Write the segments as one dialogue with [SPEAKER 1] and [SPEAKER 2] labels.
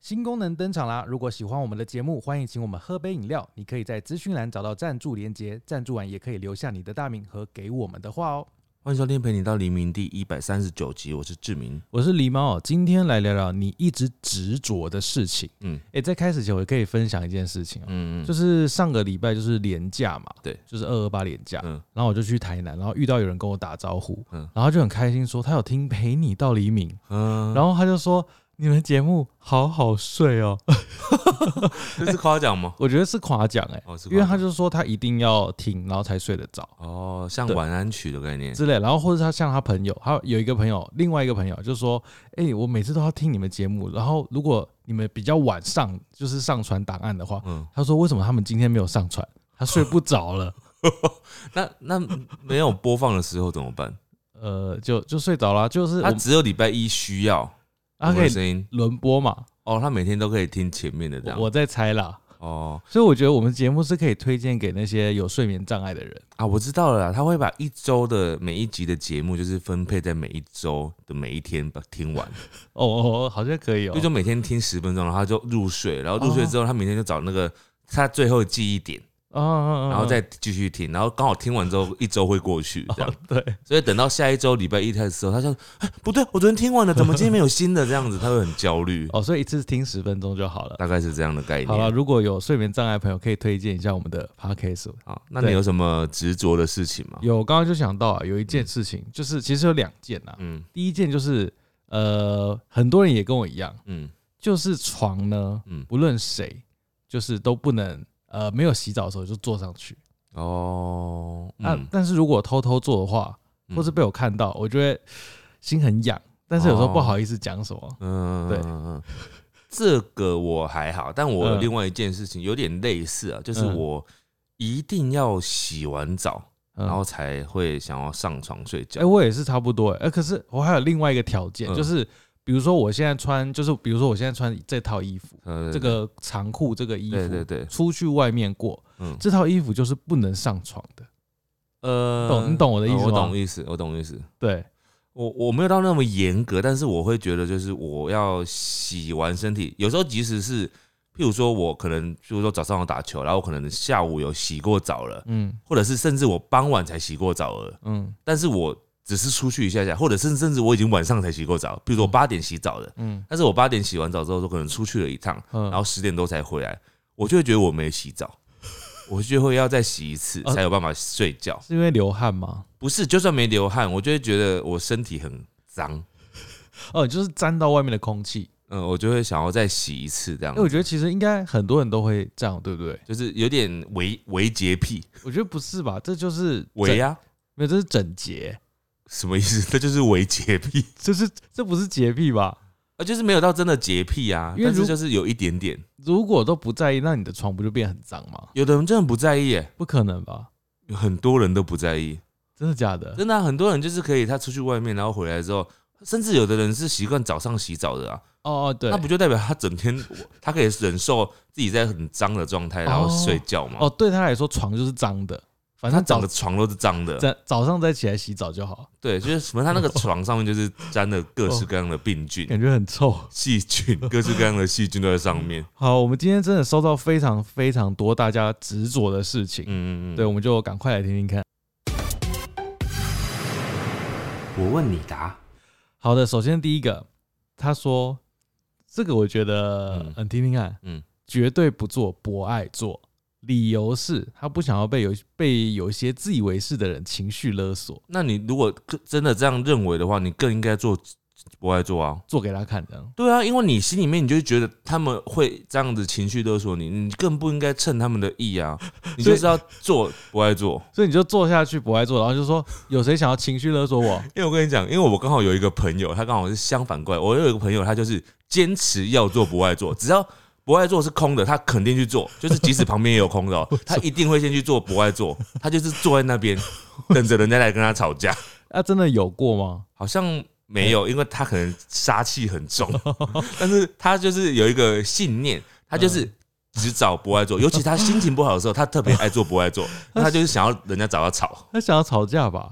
[SPEAKER 1] 新功能登场啦！如果喜欢我们的节目，欢迎请我们喝杯饮料。你可以在资讯栏找到赞助连接，赞助完也可以留下你的大名和给我们的话哦。
[SPEAKER 2] 欢迎收听《陪你到黎明》第一百三十九集，我是志明。
[SPEAKER 1] 我是狸猫，今天来聊聊你一直执着的事情。
[SPEAKER 2] 嗯
[SPEAKER 1] 诶，哎在开始前我可以分享一件事情哦，
[SPEAKER 2] 嗯
[SPEAKER 1] 就是是上个礼拜就是连假嘛，
[SPEAKER 2] 对，
[SPEAKER 1] 就是二二八连假，
[SPEAKER 2] 嗯
[SPEAKER 1] 然后我就去台南，然后遇到有人跟我打招呼，
[SPEAKER 2] 嗯
[SPEAKER 1] 然后他就很开心说他有听《陪你到黎明》，
[SPEAKER 2] 嗯，
[SPEAKER 1] 然后他就说你们节目好好睡哦，
[SPEAKER 2] 这是夸奖吗？
[SPEAKER 1] 我觉得是夸奖哎、
[SPEAKER 2] 哦，是夸
[SPEAKER 1] 因为他
[SPEAKER 2] 奖
[SPEAKER 1] 就说他一定要听，然后才睡得着
[SPEAKER 2] 哦，像
[SPEAKER 1] 对
[SPEAKER 2] 晚安曲的概念，
[SPEAKER 1] 之类，然后或者他像他朋友，他有一个朋友，另外一个朋友就说，哎、我每次都要听你们节目，然后如果你们比较晚上就是上传档案的话，
[SPEAKER 2] 嗯，
[SPEAKER 1] 他说为什么他们今天没有上传？他睡不着 了，
[SPEAKER 2] 那那没有播放的时候怎么办？
[SPEAKER 1] 呃，就就睡着了，就是我
[SPEAKER 2] 他
[SPEAKER 1] 们
[SPEAKER 2] 只有礼拜一需要
[SPEAKER 1] 他
[SPEAKER 2] 我们
[SPEAKER 1] 可
[SPEAKER 2] 的
[SPEAKER 1] 以
[SPEAKER 2] 声音
[SPEAKER 1] 轮播嘛，
[SPEAKER 2] 哦，他每天都可以听前面的这
[SPEAKER 1] 我
[SPEAKER 2] 样
[SPEAKER 1] 我在猜啦，
[SPEAKER 2] 哦
[SPEAKER 1] 所以我觉得我们节目是可以推荐给那些有睡眠障碍的人，
[SPEAKER 2] 啊，我知道了啦，他会把一周的每一集的节目就是分配在每一周的每一天把听完，
[SPEAKER 1] 哦哦，哦好像可以哦
[SPEAKER 2] 就，就每天听十分钟，然后他就入睡，然后入睡之后他每天就找那个他最后的记忆点。
[SPEAKER 1] 啊啊啊啊
[SPEAKER 2] 然后再继续听，然后刚好听完之后一周会过去这样，
[SPEAKER 1] 哦对。
[SPEAKER 2] 所以等到下一周礼拜一开始的时候，他就哎不对，我昨天听完了，怎么今天没有新的这样子，他会很焦虑，
[SPEAKER 1] 哦，所以一次听十分钟就好了。
[SPEAKER 2] 大概是这样的概
[SPEAKER 1] 好了，
[SPEAKER 2] 念。
[SPEAKER 1] 如果有睡眠障碍的朋友，可以推荐一下我们的 podcast。
[SPEAKER 2] 好，啊那你
[SPEAKER 1] 对
[SPEAKER 2] 有什么执着的事情吗？
[SPEAKER 1] 有，刚刚就想到啊，有一件事情，就是其实有两件啊。
[SPEAKER 2] 嗯
[SPEAKER 1] 第一件就是，呃，很多人也跟我一样，
[SPEAKER 2] 嗯
[SPEAKER 1] 就是床呢，
[SPEAKER 2] 嗯，
[SPEAKER 1] 不论谁，就是都不能，呃，没有洗澡的时候就坐上去。
[SPEAKER 2] 哦，
[SPEAKER 1] 那、
[SPEAKER 2] 嗯，
[SPEAKER 1] 但是如果偷偷做的话，
[SPEAKER 2] 嗯
[SPEAKER 1] 啊或是被我看到，我就会心很痒，但是有时候
[SPEAKER 2] 哦
[SPEAKER 1] 不好意思讲什么。
[SPEAKER 2] 嗯
[SPEAKER 1] 对
[SPEAKER 2] 对，这个我还好，但我有
[SPEAKER 1] 嗯
[SPEAKER 2] 另外一件事情有点类似啊，就是
[SPEAKER 1] 嗯
[SPEAKER 2] 我一定要洗完澡，
[SPEAKER 1] 嗯
[SPEAKER 2] 然后才会想要上床睡
[SPEAKER 1] 哎、
[SPEAKER 2] 觉。
[SPEAKER 1] 我也是差不多哎、呃可是我还有另外一个条件，
[SPEAKER 2] 嗯
[SPEAKER 1] 就是比如说我现在穿，就是比如说我现在穿这套衣服，
[SPEAKER 2] 呃
[SPEAKER 1] 这个长裤，这个衣服，
[SPEAKER 2] 对对对，
[SPEAKER 1] 出去外面过，
[SPEAKER 2] 嗯，
[SPEAKER 1] 这套衣服就是不能上床的。
[SPEAKER 2] 呃，
[SPEAKER 1] 懂你懂我的意思
[SPEAKER 2] 呃我
[SPEAKER 1] 吗
[SPEAKER 2] 懂意思，我懂意思。
[SPEAKER 1] 对，
[SPEAKER 2] 我我没有到那么严格，但是我会觉得就是我要洗完身体，有时候即使是，譬如说我可能，譬如说早上有打球，然后我可能下午有洗过澡了，
[SPEAKER 1] 嗯
[SPEAKER 2] 或者是甚至我傍晚才洗过澡了，
[SPEAKER 1] 嗯
[SPEAKER 2] 但是我只是出去一下下，或者甚甚至我已经晚上才洗过澡，譬如说我八点洗澡的，
[SPEAKER 1] 嗯
[SPEAKER 2] 但是我八点洗完澡之后，我可能出去了一趟，
[SPEAKER 1] 嗯，
[SPEAKER 2] 然后十点多才回来，我就会觉得我没洗澡，我就会要再洗一次
[SPEAKER 1] 啊
[SPEAKER 2] 才有办法睡觉。
[SPEAKER 1] 是因为流汗吗？
[SPEAKER 2] 不是，就算没流汗，我就会觉得我身体很脏，
[SPEAKER 1] 哦、就是沾到外面的空气。
[SPEAKER 2] 嗯，我就会想要再洗一次这样
[SPEAKER 1] 哎、我觉得其实应该很多人都会这样，对不对？
[SPEAKER 2] 就是有点微微洁癖，
[SPEAKER 1] 我觉得不是吧？这就是
[SPEAKER 2] 微
[SPEAKER 1] 整
[SPEAKER 2] 嗯啊，
[SPEAKER 1] 没有，这是整洁，
[SPEAKER 2] 什么意思？ 这就是微洁癖
[SPEAKER 1] 这是这不是洁癖吧？
[SPEAKER 2] 啊，就是没有到真的洁癖啊，
[SPEAKER 1] 因为
[SPEAKER 2] 但是
[SPEAKER 1] 如
[SPEAKER 2] 就是有一点点。
[SPEAKER 1] 如果都不在意，那你的床不就变很脏吗？
[SPEAKER 2] 有的人真的不在意耶，
[SPEAKER 1] 不可能吧？
[SPEAKER 2] 有很多人都不在意，
[SPEAKER 1] 真的假的？
[SPEAKER 2] 真的啊、很多人就是可以他出去外面，然后回来之后，甚至有的人是习惯早上洗澡的啊，
[SPEAKER 1] 哦哦，对，
[SPEAKER 2] 那不就代表他整天他可以忍受自己在很脏的状态，然后
[SPEAKER 1] 哦
[SPEAKER 2] 睡觉嘛？
[SPEAKER 1] 哦，对他来说床就是脏的，反
[SPEAKER 2] 他
[SPEAKER 1] 正
[SPEAKER 2] 整
[SPEAKER 1] 早
[SPEAKER 2] 个床都是脏的，
[SPEAKER 1] 早早上再起来洗澡就好，
[SPEAKER 2] 对，就是什么，他那个床上面就是沾了各式各样的病菌、
[SPEAKER 1] 感觉很臭。
[SPEAKER 2] 细 菌，各式各样的细菌都在上面。
[SPEAKER 1] 好，我们今天真的收到非常非常多大家执着的事情，
[SPEAKER 2] 嗯嗯嗯，
[SPEAKER 1] 对，我们就赶快来听听看。
[SPEAKER 2] 我问你答，
[SPEAKER 1] 好的，首先第一个，他说这个我觉得，嗯
[SPEAKER 2] 嗯，
[SPEAKER 1] 听听看，
[SPEAKER 2] 嗯
[SPEAKER 1] 绝对不做不爱做，理由是他不想要被有被有一些自以为是的人情绪勒索，
[SPEAKER 2] 那你如果更真的这样认为的话，你更应该做不爱做啊。
[SPEAKER 1] 做给他看的。
[SPEAKER 2] 对啊，因为你心里面你就会觉得他们会这样子情绪勒索你，你更不应该趁他们的意啊，你就是要做不爱做。
[SPEAKER 1] 所以你就做下去不爱做，然后就说有谁想要情绪勒索我？
[SPEAKER 2] 因为我跟你讲，因为我刚好有一个朋友，他刚好是相反过来。我有一个朋友，他就是坚持要做不爱做，只要不爱做是空的，他肯定去做，就是即使旁边也有空的哦、他一定会先去做不爱做，他就是坐在那边等着人家来跟他吵架。
[SPEAKER 1] 啊，真的有过吗？
[SPEAKER 2] 好像没有，因为他可能杀气很重，但是他就是有一个信念，他就是。只找不爱做，尤其他心情不好的时候，他特别爱做不爱做，那他就是想要人家找他吵。
[SPEAKER 1] 他想要吵架吧？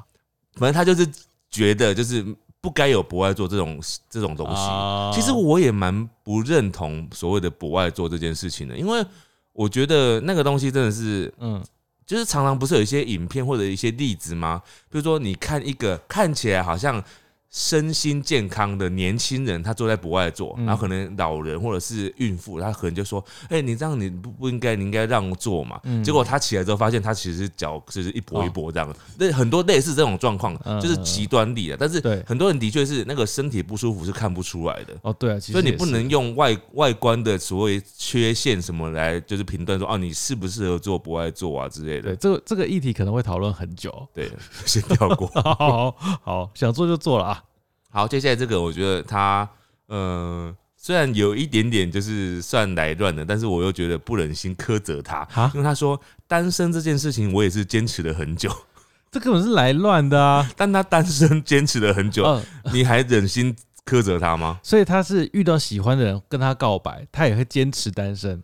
[SPEAKER 2] 反正他就是觉得就是不该有博爱座这种这种东西。
[SPEAKER 1] 啊
[SPEAKER 2] 其实我也蛮不认同所谓的博爱座这件事情的，因为我觉得那个东西真的是
[SPEAKER 1] 嗯，
[SPEAKER 2] 就是常常不是有一些影片或者一些例子吗？比如说，你看一个看起来好像身心健康的年轻人，他坐在不外坐，
[SPEAKER 1] 嗯
[SPEAKER 2] 然后可能老人或者是孕妇，他可能就说：“哎、你这样你不不应该，你应该让座嘛。
[SPEAKER 1] 嗯哦
[SPEAKER 2] 结果他起来之后，发现他其实脚就是一跛一跛这样。那、很多类似这种状况，
[SPEAKER 1] 嗯
[SPEAKER 2] 就是极端例啊的。但是
[SPEAKER 1] 对
[SPEAKER 2] 很多人的确是那个身体不舒服是看不出来的。
[SPEAKER 1] 哦对啊，其实
[SPEAKER 2] 所以你
[SPEAKER 1] 也
[SPEAKER 2] 不
[SPEAKER 1] 是
[SPEAKER 2] 能用外外观的所谓缺陷什么来就是评断说哦、你适不适合做不爱做啊之类
[SPEAKER 1] 对
[SPEAKER 2] 的。
[SPEAKER 1] 这个这个议题可能会讨论很久。
[SPEAKER 2] 对，先跳过。
[SPEAKER 1] 好好好，想做就做了啊。
[SPEAKER 2] 好，接下来这个我觉得他呃虽然有一点点就是算来乱的，但是我又觉得不忍心苛责他
[SPEAKER 1] 哈，
[SPEAKER 2] 因为他说单身这件事情我也是坚持了很久，
[SPEAKER 1] 这根本是来乱的啊！
[SPEAKER 2] 但他单身坚持了很久，
[SPEAKER 1] 嗯，
[SPEAKER 2] 你还忍心苛责他吗？
[SPEAKER 1] 所以他是遇到喜欢的人跟他告白，他也会坚持单身。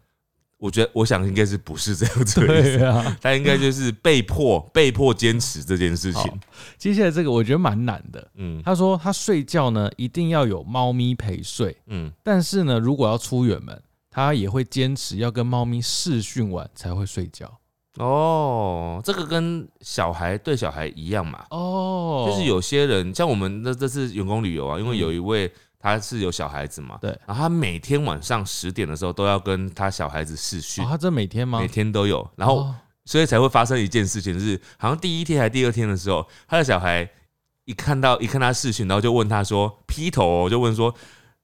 [SPEAKER 2] 我觉得我想应该是不是这样子的意思，
[SPEAKER 1] 对啊，
[SPEAKER 2] 他应该就是被迫被迫坚持这件事
[SPEAKER 1] 好
[SPEAKER 2] 情。
[SPEAKER 1] 接下来这个我觉得蛮难的。
[SPEAKER 2] 嗯
[SPEAKER 1] 他说他睡觉呢一定要有猫咪陪睡，
[SPEAKER 2] 嗯。
[SPEAKER 1] 但是呢如果要出远门，他也会坚持要跟猫咪视讯完才会睡觉。
[SPEAKER 2] 哦，这个跟小孩对小孩一样嘛，
[SPEAKER 1] 哦，
[SPEAKER 2] 就是有些人像我们那这次员工旅游啊，因为
[SPEAKER 1] 嗯
[SPEAKER 2] 有一位他是有小孩子嘛，
[SPEAKER 1] 对
[SPEAKER 2] 然后他每天晚上十点的时候都要跟他小孩子视讯
[SPEAKER 1] 哦，，他这每天吗
[SPEAKER 2] 每？天都有，然后
[SPEAKER 1] 哦
[SPEAKER 2] 所以才会发生一件事情，就是好像第一天还第二天的时候，他的小孩一看到一看他视讯，然后就问他说劈头、哦、就问说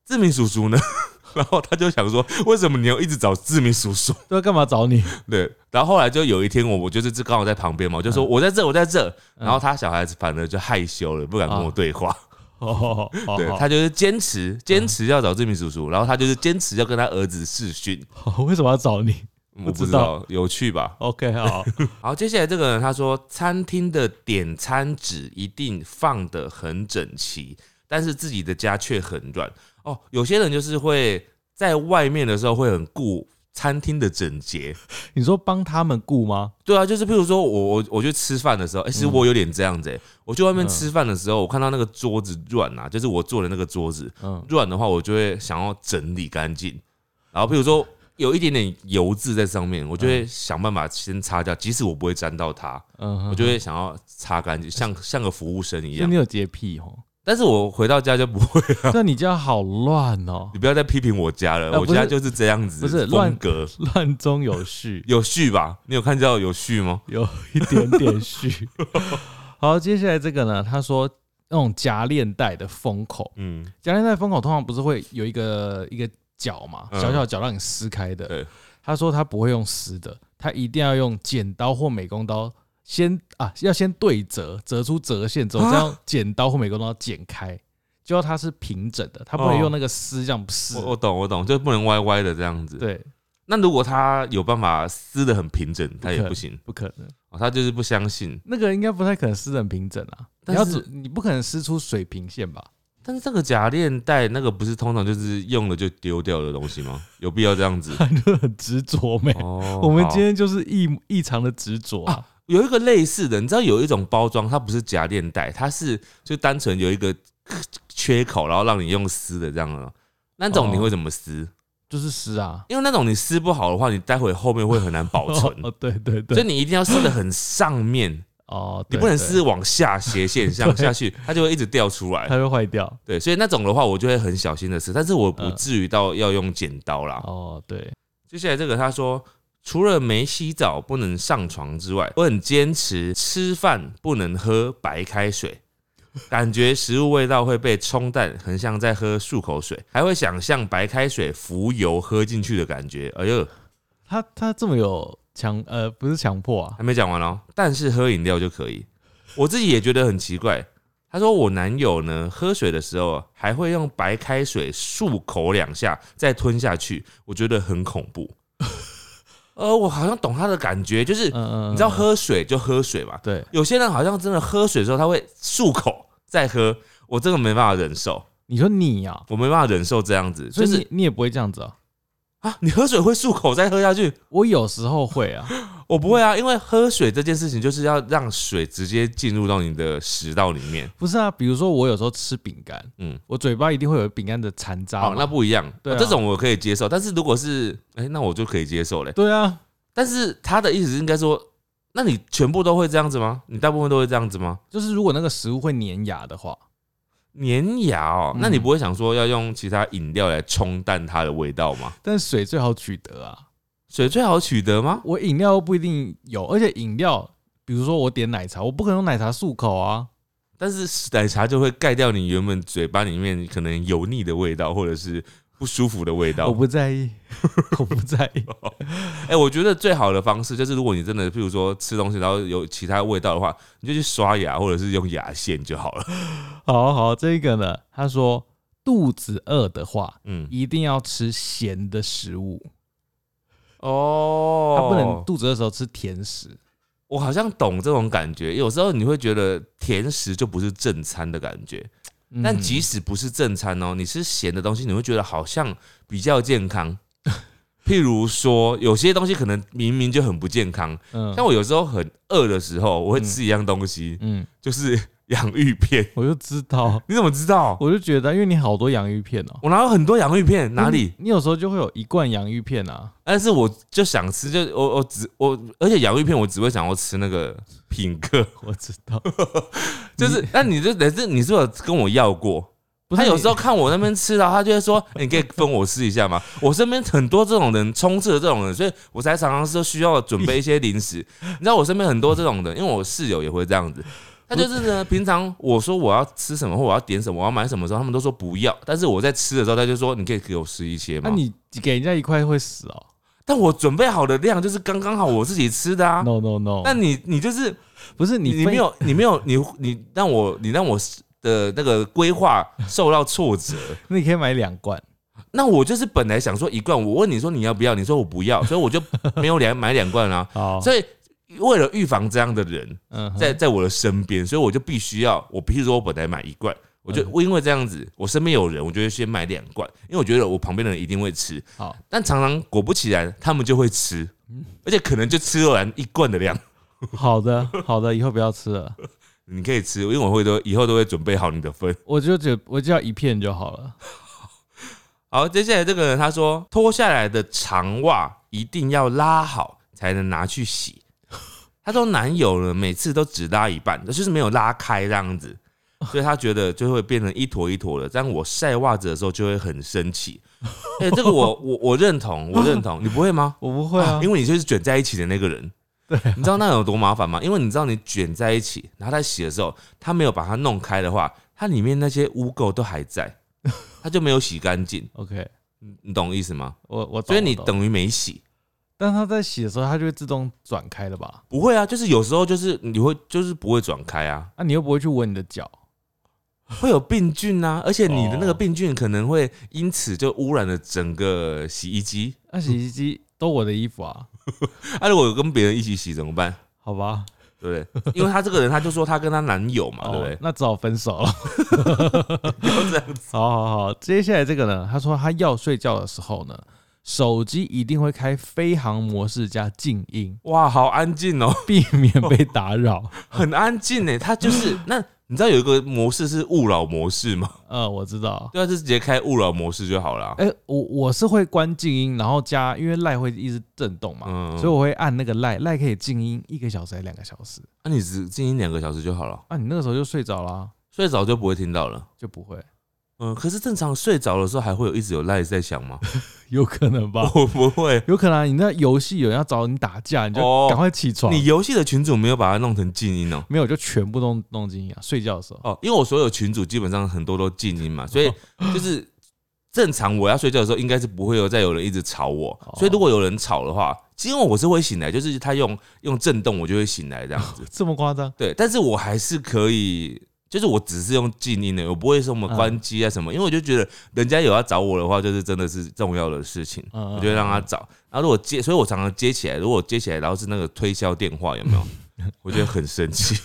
[SPEAKER 2] 志明叔叔呢， 然后他就想说为什么你要一直找志明叔叔？
[SPEAKER 1] 对啊，干嘛找你？
[SPEAKER 2] 对，然后后来就有一天我我就是刚好在旁边嘛，我就说我在这，我在这，
[SPEAKER 1] 嗯
[SPEAKER 2] 然后他小孩子反而就害羞了，不敢跟我对话。
[SPEAKER 1] 哦，嗯
[SPEAKER 2] 对
[SPEAKER 1] 好好
[SPEAKER 2] 他就是坚持坚持要找志明叔叔，然后他就是坚持要跟他儿子视讯，
[SPEAKER 1] 好哦为什么要找你不
[SPEAKER 2] 我不
[SPEAKER 1] 嗯知
[SPEAKER 2] 知
[SPEAKER 1] 道
[SPEAKER 2] 道有趣吧？
[SPEAKER 1] ？OK，好，
[SPEAKER 2] 好，接下来这个人他说，餐厅的点餐纸一定放得很整齐，但是自己的家却很乱。哦，有些人就是会在外面的时候会很顾餐厅的整洁，
[SPEAKER 1] 你说帮他们雇吗？
[SPEAKER 2] 对啊，就是譬如说我我我去吃饭的时候，哎、其实我有点这样子、哎，我去外面
[SPEAKER 1] 嗯
[SPEAKER 2] 吃饭的时候，我看到那个桌子乱啊，就是我坐的那个桌子
[SPEAKER 1] 嗯，
[SPEAKER 2] 乱的话，我就会想要整理干净。然后譬如说有一点点油渍在上面，我就会想办法先擦掉，即使我不会沾到它，
[SPEAKER 1] 嗯，
[SPEAKER 2] 我就会想要擦干净，像像个服务生一
[SPEAKER 1] 所以
[SPEAKER 2] 样
[SPEAKER 1] 你。有洁癖 哦，
[SPEAKER 2] 但是我回到家就不会，
[SPEAKER 1] 那你家好乱哦
[SPEAKER 2] 你，不要再批评我家
[SPEAKER 1] 啊
[SPEAKER 2] 了，我
[SPEAKER 1] 不是
[SPEAKER 2] 家就是这样子，
[SPEAKER 1] 不是乱
[SPEAKER 2] 风格
[SPEAKER 1] 乱中有序，
[SPEAKER 2] 有序吧？你有看到有序吗？
[SPEAKER 1] 有一点点虚。好，接下来这个呢，他说那种夹链带的封口，
[SPEAKER 2] 嗯，
[SPEAKER 1] 夹链带封口通常不是会有一个一个角嘛，
[SPEAKER 2] 嗯
[SPEAKER 1] 小小角让你撕开的。
[SPEAKER 2] 对
[SPEAKER 1] 他说他不会用撕的，他一定要用剪刀或美工刀先啊，要先对折，折出折线之后，
[SPEAKER 2] 啊
[SPEAKER 1] 再用剪刀或美工刀剪开，就要它是平整的，他不能
[SPEAKER 2] 哦
[SPEAKER 1] 用那个撕这样撕
[SPEAKER 2] 我。我懂我懂，就不能歪歪的这样子。
[SPEAKER 1] 对，
[SPEAKER 2] 那如果他有办法撕的很平整，他也
[SPEAKER 1] 可能
[SPEAKER 2] 不行
[SPEAKER 1] 不可能，
[SPEAKER 2] 哦，他就是不相信。
[SPEAKER 1] 那个应该不太可能撕成平整啊。你
[SPEAKER 2] 但
[SPEAKER 1] 要
[SPEAKER 2] 是
[SPEAKER 1] 只你不可能撕出水平线吧？
[SPEAKER 2] 但是这个假链带那个不是通常就是用了就丢掉的东西吗？ 有必要 这样子？
[SPEAKER 1] 他就很执着没。
[SPEAKER 2] 哦
[SPEAKER 1] 我们
[SPEAKER 2] 好
[SPEAKER 1] 今天就是异异常的执着啊，
[SPEAKER 2] 有一个类似的，你知道有一种包装，它不是夹链带，它是就单纯有一个缺口，然后让你用撕的这样的。那种你会怎么撕？
[SPEAKER 1] 哦就是撕啊，
[SPEAKER 2] 因为那种你撕不好的话，你待会后面会很难保存
[SPEAKER 1] ，哦，对对对，
[SPEAKER 2] 所以你一定要撕的很上 面，
[SPEAKER 1] 哦，
[SPEAKER 2] 你
[SPEAKER 1] 对
[SPEAKER 2] 不能
[SPEAKER 1] 对
[SPEAKER 2] 撕往下斜 线上下去，它就会一直掉出来
[SPEAKER 1] 它。会坏掉。
[SPEAKER 2] 对，所以那种的话，我就会很小心的撕，但是我不至于到要用剪刀啦。
[SPEAKER 1] 哦，对，
[SPEAKER 2] 接下来这个他说，除了没洗澡不能上床之外，我很坚持吃饭不能喝白开水，感觉食物味道会被冲淡，很像在喝漱口水，还会想象白开水浮油喝进去的感觉。哎呦，
[SPEAKER 1] 他他这么有强呃，不是强迫啊，
[SPEAKER 2] 还没讲完哦，但是喝饮料就可以。我自己也觉得很奇怪。他说：“我男友呢，喝水的时候还会用白开水漱口两下，再吞下去，我觉得很恐 怖。呃，我好像懂他的感觉，就是
[SPEAKER 1] 嗯嗯，
[SPEAKER 2] 你知道
[SPEAKER 1] 嗯
[SPEAKER 2] 喝水就喝水嘛，
[SPEAKER 1] 对，
[SPEAKER 2] 有些人好像真的喝水的时候他会漱口再喝，我真的没办法忍受，
[SPEAKER 1] 你说你啊，
[SPEAKER 2] 我没办法忍受这样子，
[SPEAKER 1] 所
[SPEAKER 2] 就
[SPEAKER 1] 以
[SPEAKER 2] 是
[SPEAKER 1] 你你也不会这样子啊。
[SPEAKER 2] 啊，你喝水会漱口再喝下去，
[SPEAKER 1] 我有时候会啊，
[SPEAKER 2] 我不会啊，因为喝水这件事情就是要让水直接进入到你的食道里面。
[SPEAKER 1] 不是啊，比如说我有时候吃饼干，
[SPEAKER 2] 嗯，
[SPEAKER 1] 我嘴巴一定会有饼干的残渣嘛。
[SPEAKER 2] 哦，那不一样，
[SPEAKER 1] 对啊
[SPEAKER 2] 这种我可以接受。但是如果是，哎、那我就可以接受嘞。
[SPEAKER 1] 对啊，
[SPEAKER 2] 但是他的意思是应该说，那你全部都会这样子吗？你大部分都会这样子吗？
[SPEAKER 1] 就是如果那个食物会粘牙的话，
[SPEAKER 2] 粘牙哦，
[SPEAKER 1] 嗯
[SPEAKER 2] 那你不会想说要用其他饮料来冲淡它的味道吗？
[SPEAKER 1] 但水最好取得啊。
[SPEAKER 2] 水最好取得吗？
[SPEAKER 1] 我饮料又不一定有，而且饮料，比如说我点奶茶，我不可能用奶茶漱口啊。
[SPEAKER 2] 但是奶茶就会盖掉你原本嘴巴里面可能油腻的味道，或者是不舒服的味道
[SPEAKER 1] 我。不在意， 我不在意。
[SPEAKER 2] 哎、我觉得最好的方式就是，如果你真的譬如说吃东西，然后有其他味道的话，你就去刷牙，或者是用牙线就好了。
[SPEAKER 1] 好好，这个呢，他说肚子饿的话，
[SPEAKER 2] 嗯，
[SPEAKER 1] 一定要吃咸的食物，
[SPEAKER 2] 哦
[SPEAKER 1] 他不能肚子饿的时候吃甜食。
[SPEAKER 2] 我好像懂这种感觉，有时候你会觉得甜食就不是正餐的感觉，
[SPEAKER 1] 嗯
[SPEAKER 2] 但即使不是正餐哦，你吃咸的东西，你会觉得好像比较健 康。譬如说，有些东西可能明明就很不健康，
[SPEAKER 1] 嗯
[SPEAKER 2] 像我有时候很饿的时候，我会吃一样东西，
[SPEAKER 1] 嗯，
[SPEAKER 2] 就是 洋芋片。
[SPEAKER 1] 我就知 道，
[SPEAKER 2] 你怎么知道？
[SPEAKER 1] 我就觉得，因为你好多洋芋片哦、
[SPEAKER 2] 我拿了很多洋芋片，哪里？
[SPEAKER 1] 你？你有时候就会有一罐洋芋片啊，
[SPEAKER 2] 但是我就想吃，就我我只我，而且洋芋片我只会想要吃那个 品客，
[SPEAKER 1] 我知 道，
[SPEAKER 2] 就是那你就等是你是不是有跟我要过？
[SPEAKER 1] 不是
[SPEAKER 2] 他有
[SPEAKER 1] 你
[SPEAKER 2] 时候看我那边吃然后他就 会说：“欸你可以分我吃一下吗？”我身边很多这种人，充斥着这种人，所以我才常常是需要准备一些 零食。你知道我身边很多这种人，因为我室友也会这样子。他就是呢，平常我说我要吃什么或我要点什么，我要买什么的时候，他们都说不要。但是我在吃的时候，他就说：“你可以给我吃一些
[SPEAKER 1] 那、
[SPEAKER 2] 吗？”
[SPEAKER 1] 你给人家一块会死哦、
[SPEAKER 2] 但我准备好的量就是刚刚好我自己吃的啊。
[SPEAKER 1] No No No，
[SPEAKER 2] 那你你就是
[SPEAKER 1] 不是
[SPEAKER 2] 你
[SPEAKER 1] 你
[SPEAKER 2] 你
[SPEAKER 1] 分
[SPEAKER 2] 没有你没有你你让我你让我的那个规划受到 挫折，
[SPEAKER 1] 那你可以买两罐，
[SPEAKER 2] 那我就是本来想说一罐，我问你说你要不要，你说我不要，所以我就没有两买两罐 啊。
[SPEAKER 1] 好，
[SPEAKER 2] 所以为了预防这样的人
[SPEAKER 1] 哦嗯哼
[SPEAKER 2] 在在我的身边，所以我就必须要我，譬如说我本来买一罐。我就
[SPEAKER 1] 嗯
[SPEAKER 2] 因为这样子，我身边有人，我就会先买两罐，因为我觉得我旁边的人一定会吃。
[SPEAKER 1] 好，
[SPEAKER 2] 但常常果不其然，他们就会吃，而且可能就吃完一罐的量。
[SPEAKER 1] 好的好的，以后不要吃了，
[SPEAKER 2] 你可以吃，因为我会都以后都会准备好你的分。
[SPEAKER 1] 我就只我就要一片就好了。
[SPEAKER 2] 好，接下来这个人他说，脱下来的长袜一定要拉好才能拿去洗。他说男友呢，每次都只拉一半，就是没有拉开这样子，所以他觉得就会变成一坨一坨的。这样我晒袜子的时候就会很生气。哎、这个我我我认同，我认同，你不会吗？
[SPEAKER 1] 我不会啊，
[SPEAKER 2] 因为你就是卷在一起的那个人。对、你知道那有多麻烦吗？因为你知道你卷在一起，然后在洗的时候，它没有把它弄开的话，它里面那些污垢都还在， 它就没有洗干净。
[SPEAKER 1] OK，
[SPEAKER 2] 你你懂我意思吗？
[SPEAKER 1] 我我懂
[SPEAKER 2] 所以你，
[SPEAKER 1] 我懂
[SPEAKER 2] 等于没洗。
[SPEAKER 1] 但它在洗的时候，它就会自动转开了吧？
[SPEAKER 2] 不会啊，就是有时候就是你会就是不会转 开啊，
[SPEAKER 1] 那、你又不会去闻你的脚，
[SPEAKER 2] 会有病菌啊，而且你的那个
[SPEAKER 1] 哦
[SPEAKER 2] 病菌可能会因此就污染了整个洗衣机。
[SPEAKER 1] 那洗衣机都我的衣服啊，
[SPEAKER 2] 啊，如果有跟别人一起洗怎么办？
[SPEAKER 1] 好吧？
[SPEAKER 2] 对不对？因为她这个人，她就说她跟她男友嘛，对不
[SPEAKER 1] 哦，那只好分手了。
[SPEAKER 2] 对？
[SPEAKER 1] 哦
[SPEAKER 2] 要这样子。
[SPEAKER 1] 好好好，接下来这个呢，他说他要睡觉的时候呢，手机一定会开飞行模式加静音，
[SPEAKER 2] 哇，好安静哦，
[SPEAKER 1] 避 免被打扰。
[SPEAKER 2] 很安静呢。她就是那，你知道有一个模式是勿扰模式吗？
[SPEAKER 1] 呃，我知道。
[SPEAKER 2] 对啊，就直接开勿扰模式就好了啊。
[SPEAKER 1] 哎、我我是会关静音，然后加，因为赖会一直震动嘛，
[SPEAKER 2] 嗯，
[SPEAKER 1] 所以
[SPEAKER 2] 所以
[SPEAKER 1] 我会按那个赖，赖可以静音一个小时还两个小时。
[SPEAKER 2] 那你只静音两个小时就好了，
[SPEAKER 1] 啊，你那个时候就睡着啦、啊
[SPEAKER 2] 睡着就不会听到了。
[SPEAKER 1] 就不会，
[SPEAKER 2] 嗯，可是正常睡着的时候还会有一直有赖在响吗？
[SPEAKER 1] 有可能吧？
[SPEAKER 2] 我不会。
[SPEAKER 1] 有可能、啊、你那游戏有人要找你打架，你
[SPEAKER 2] 哦
[SPEAKER 1] 就赶快起床。
[SPEAKER 2] 你游戏的群主没有把它弄成静音哦。
[SPEAKER 1] 没有就全部都弄静音啊，睡觉的时候。。
[SPEAKER 2] 哦，因为哦我所有群主基本上很多都静音嘛，所以就是正常我要睡觉的时候，应该是不会有再有人一直吵我。所以如果有人吵的话，因为我是会醒来，就是他用用震动我就会醒来这样子
[SPEAKER 1] 这么夸张？
[SPEAKER 2] 对，但是我还是可以。就是我只是用静音的，我不会什么
[SPEAKER 1] 嗯
[SPEAKER 2] 关机啊什么，因为我就觉得人家有要找我的话，就是真的是重要的事情。
[SPEAKER 1] 嗯，
[SPEAKER 2] 我就会让他找。然后如果接，所以我常常接起来，如果接起来，然后是那个推销电话，有没 有？我觉得很生气，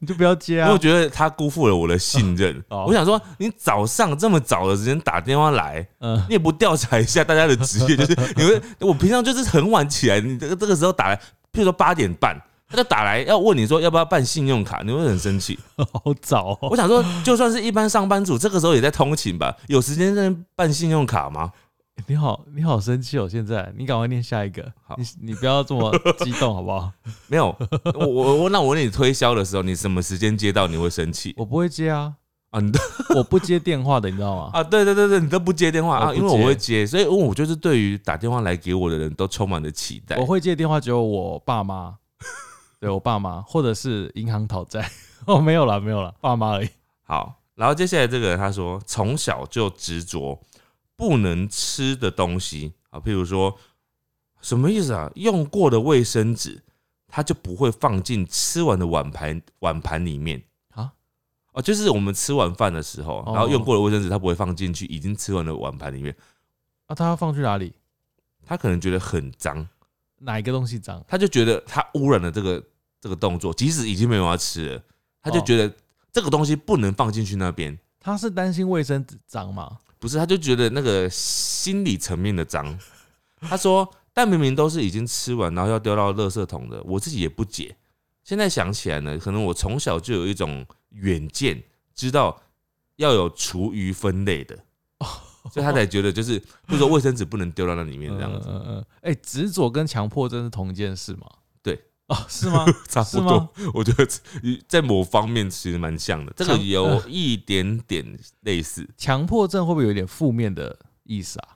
[SPEAKER 1] 你就不要接
[SPEAKER 2] 因
[SPEAKER 1] 啊
[SPEAKER 2] 为我。觉得他辜负了我的信任。
[SPEAKER 1] 哦
[SPEAKER 2] 我想说，你早上这么早的时间打电话来，
[SPEAKER 1] 嗯，
[SPEAKER 2] 你也不调查一下大家的职业，就是你会，我平常就是很晚起来，你这个这个时候打来。譬如说八点半，他就打来要问你说要不要办信用卡，你会很生气。
[SPEAKER 1] 好早哦，
[SPEAKER 2] 我想说，就算是一般上班族，这个时候也在通勤吧，有时间在那边办信用卡吗？
[SPEAKER 1] 你好，你好生气哦！现在你赶快念下一个
[SPEAKER 2] 好，
[SPEAKER 1] 你你不要这 么激动好不好？
[SPEAKER 2] 没有，我我我那我问你推销的时候，你什么时间接到你会生气
[SPEAKER 1] 我不会接啊，
[SPEAKER 2] 啊？你都
[SPEAKER 1] 我不接电话的，你知道吗？
[SPEAKER 2] 啊，对对对对，你都不接电话
[SPEAKER 1] 我
[SPEAKER 2] 啊？
[SPEAKER 1] 不
[SPEAKER 2] 因为我
[SPEAKER 1] 接
[SPEAKER 2] 会接，所以因为我就是对于打电话来给我的人都充满了期待
[SPEAKER 1] 我。会接电话只有我爸妈，对我爸妈，或者是银行讨债。 哦，没有啦，没有啦，爸妈而已。
[SPEAKER 2] 好，然后接下来这个人他说，从小就执着不能吃的东西啊，譬如说什么意思啊？用过的卫生纸，他就不会放进吃完的碗盘碗盘里面
[SPEAKER 1] 啊。
[SPEAKER 2] 哦，就是我们吃完饭的时候，
[SPEAKER 1] 哦
[SPEAKER 2] 然后用过的卫生纸他不会放进去已经吃完的碗盘里面，
[SPEAKER 1] 那、啊他要放去哪里？
[SPEAKER 2] 他可能觉得很脏，
[SPEAKER 1] 哪一个东西脏？
[SPEAKER 2] 他就觉得他污染了这个这个动作，即使已经没有要吃了，他就觉
[SPEAKER 1] 哦
[SPEAKER 2] 得这个东西不能放进去那边。
[SPEAKER 1] 他是担心卫生纸脏吗？
[SPEAKER 2] 不是，他就觉得那个心理层面的脏。他说，但明明都是已经吃完，然后要丢到垃圾桶的，我自己也不解。现在想起来呢，可能我从小就有一种远见，知道要有厨余分类的，所以他才觉得就是，就是说卫生纸不能丢到那里面这样子，
[SPEAKER 1] 嗯嗯嗯。哎、执着跟强迫症是同一件事吗？
[SPEAKER 2] 对。
[SPEAKER 1] 哦，是 吗？
[SPEAKER 2] 差
[SPEAKER 1] 是
[SPEAKER 2] 不
[SPEAKER 1] 吗
[SPEAKER 2] 多。？我觉得在某方面其实蛮像的，这个
[SPEAKER 1] 常
[SPEAKER 2] 有一点点类似，
[SPEAKER 1] 强迫症会不会有点负面的意思啊？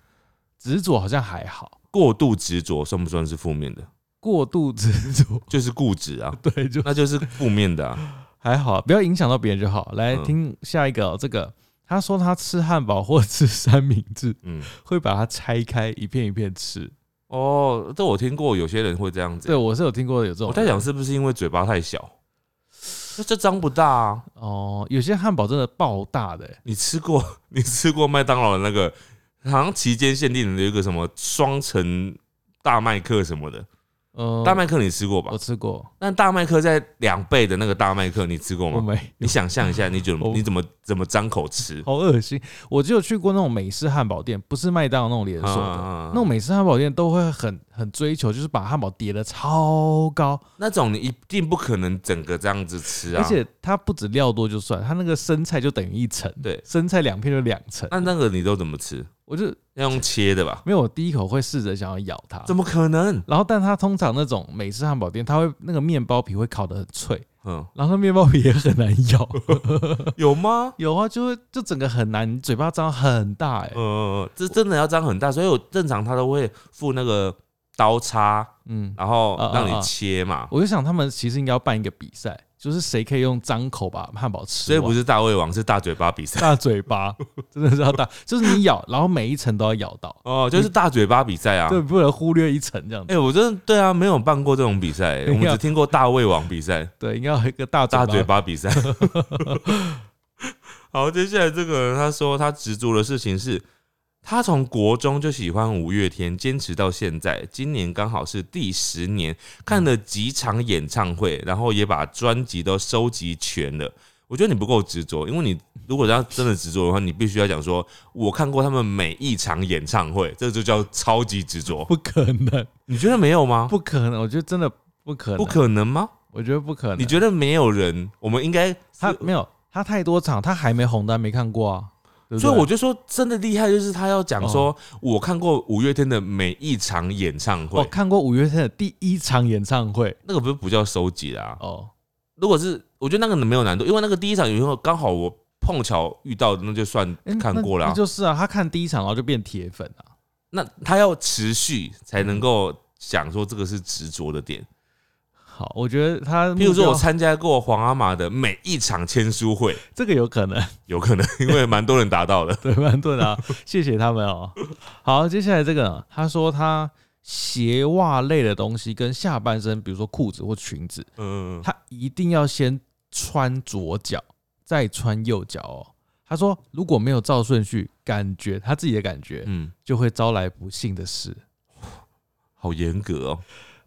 [SPEAKER 1] 执着好像还好，
[SPEAKER 2] 过度执着算不算是负面的？
[SPEAKER 1] 过度执着，
[SPEAKER 2] 就是固执啊，
[SPEAKER 1] 对，就
[SPEAKER 2] 那就是负面的啊。
[SPEAKER 1] 还好，不要影响到别人就好。来
[SPEAKER 2] 嗯
[SPEAKER 1] 听下一个、哦，这个他说他吃汉堡或吃三明治
[SPEAKER 2] 嗯，
[SPEAKER 1] 会把它拆开一片一片吃。
[SPEAKER 2] 哦，这我听过，有些人会这样子
[SPEAKER 1] 对，。我是有听过有这种。
[SPEAKER 2] 我在想是不是因为嘴巴太小，那这张不大啊。
[SPEAKER 1] 哦，有些汉堡真的爆大的、欸
[SPEAKER 2] 你吃过 你吃过麦当劳的那个，好像期间限定的有一个什么双层大麦克什么的，
[SPEAKER 1] 嗯，
[SPEAKER 2] 大麦克你吃过吧
[SPEAKER 1] 我？吃过，
[SPEAKER 2] 那大麦克在两倍的那个大麦克你吃过
[SPEAKER 1] 我
[SPEAKER 2] 吗？
[SPEAKER 1] 没，
[SPEAKER 2] 你想象一下，你怎么
[SPEAKER 1] 我
[SPEAKER 2] 你怎么怎么张口吃？
[SPEAKER 1] 好恶心。我只有去过那种美式汉堡店，不是麦当劳那种连锁
[SPEAKER 2] 啊啊
[SPEAKER 1] 的。
[SPEAKER 2] 啊
[SPEAKER 1] 哦那种美式汉堡店都会很很追求，就是把汉堡叠的超高，
[SPEAKER 2] 那种你一定不可能整个这样子吃
[SPEAKER 1] 而
[SPEAKER 2] 啊。
[SPEAKER 1] 且它不止料多就算，它那个生菜就等于一层，
[SPEAKER 2] 对
[SPEAKER 1] 生菜两片就两层。
[SPEAKER 2] 那那个你都怎么吃？
[SPEAKER 1] 我就
[SPEAKER 2] 要用切的吧？
[SPEAKER 1] 没有，我第一口会试着想要咬它，
[SPEAKER 2] 怎么可能？
[SPEAKER 1] 然后，但它通常那种美式汉堡店，它会那个面包皮会烤得很脆，
[SPEAKER 2] 嗯，
[SPEAKER 1] 然后那面包皮也很难 咬。
[SPEAKER 2] 有吗？
[SPEAKER 1] 有啊，就会就整个很难，你嘴巴张很大哎、
[SPEAKER 2] 呃，这真的要张很大，所以我正常他都会附那个刀叉，
[SPEAKER 1] 嗯，
[SPEAKER 2] 然后
[SPEAKER 1] 啊啊
[SPEAKER 2] 让
[SPEAKER 1] 啊
[SPEAKER 2] 你切嘛。
[SPEAKER 1] 我就想他们其实应该要办一个比赛，就是谁可以用张口把汉堡吃
[SPEAKER 2] 所以不
[SPEAKER 1] 完
[SPEAKER 2] 是大胃王，是大嘴巴 比赛。
[SPEAKER 1] 大嘴 巴，真的是要大，就是你咬，然后每一层都要咬到，
[SPEAKER 2] 哦，就是大嘴巴比赛啊。
[SPEAKER 1] 嗯对，不能忽略一层这样子。
[SPEAKER 2] 哎，我真的对啊，没有办过这种 比赛，我
[SPEAKER 1] 对
[SPEAKER 2] 们
[SPEAKER 1] 啊
[SPEAKER 2] 只听过大胃王比赛、
[SPEAKER 1] 对，应该要有一个大
[SPEAKER 2] 大嘴
[SPEAKER 1] 巴。
[SPEAKER 2] 巴比赛。 好，接下来这个人他说他执着的事情是，他从国中就喜欢五月天，坚持到现在，今年刚好是第十年，看了几场演唱会，然后也把专辑都收集全了。我觉得你不够执着，因为你如果要真的执着的话，你必须要讲说，我看过他们每一场演唱会，这就叫超级执着。
[SPEAKER 1] 不可能，
[SPEAKER 2] 你觉得没有吗？
[SPEAKER 1] 不可能，我觉得真的不可能，
[SPEAKER 2] 不，可能吗？
[SPEAKER 1] 我觉得不可能。
[SPEAKER 2] 你觉得没有人？我们应该
[SPEAKER 1] 他没有，他太多场，他还没红的还没看过啊，对不哦对
[SPEAKER 2] 所以我就说，真的厉害，就是他要讲说，我看过五月天的每一场演唱会，
[SPEAKER 1] 我哦看过五月天的第一场演唱会
[SPEAKER 2] 那个不是不叫收集啦、
[SPEAKER 1] 哦，
[SPEAKER 2] 如果是，我觉得那个没有难度，因为那个第一场演唱会刚好我碰巧遇到的，那就算
[SPEAKER 1] 诶
[SPEAKER 2] 看过
[SPEAKER 1] 那
[SPEAKER 2] 啦
[SPEAKER 1] 那。就是啊，他看第一场然后就变铁粉啊，
[SPEAKER 2] 那他要持续才能够讲说这个是执着的点。
[SPEAKER 1] 好，我觉得他目标，
[SPEAKER 2] 譬如说我参加过皇阿玛的每一场签书会，
[SPEAKER 1] 这个有可能，
[SPEAKER 2] 有可能因为蛮多人 达到的。
[SPEAKER 1] 对曼顿啊，谢谢他们哦。好，接下来这个呢，他说他鞋袜类的东西跟下半身，比如说裤子或裙子，
[SPEAKER 2] 嗯，
[SPEAKER 1] 他一定要先穿左脚，再穿右脚哦。他说如果没有照顺序，感觉他自己的感觉
[SPEAKER 2] 嗯，
[SPEAKER 1] 就会招来不幸的事。
[SPEAKER 2] 好严格哦。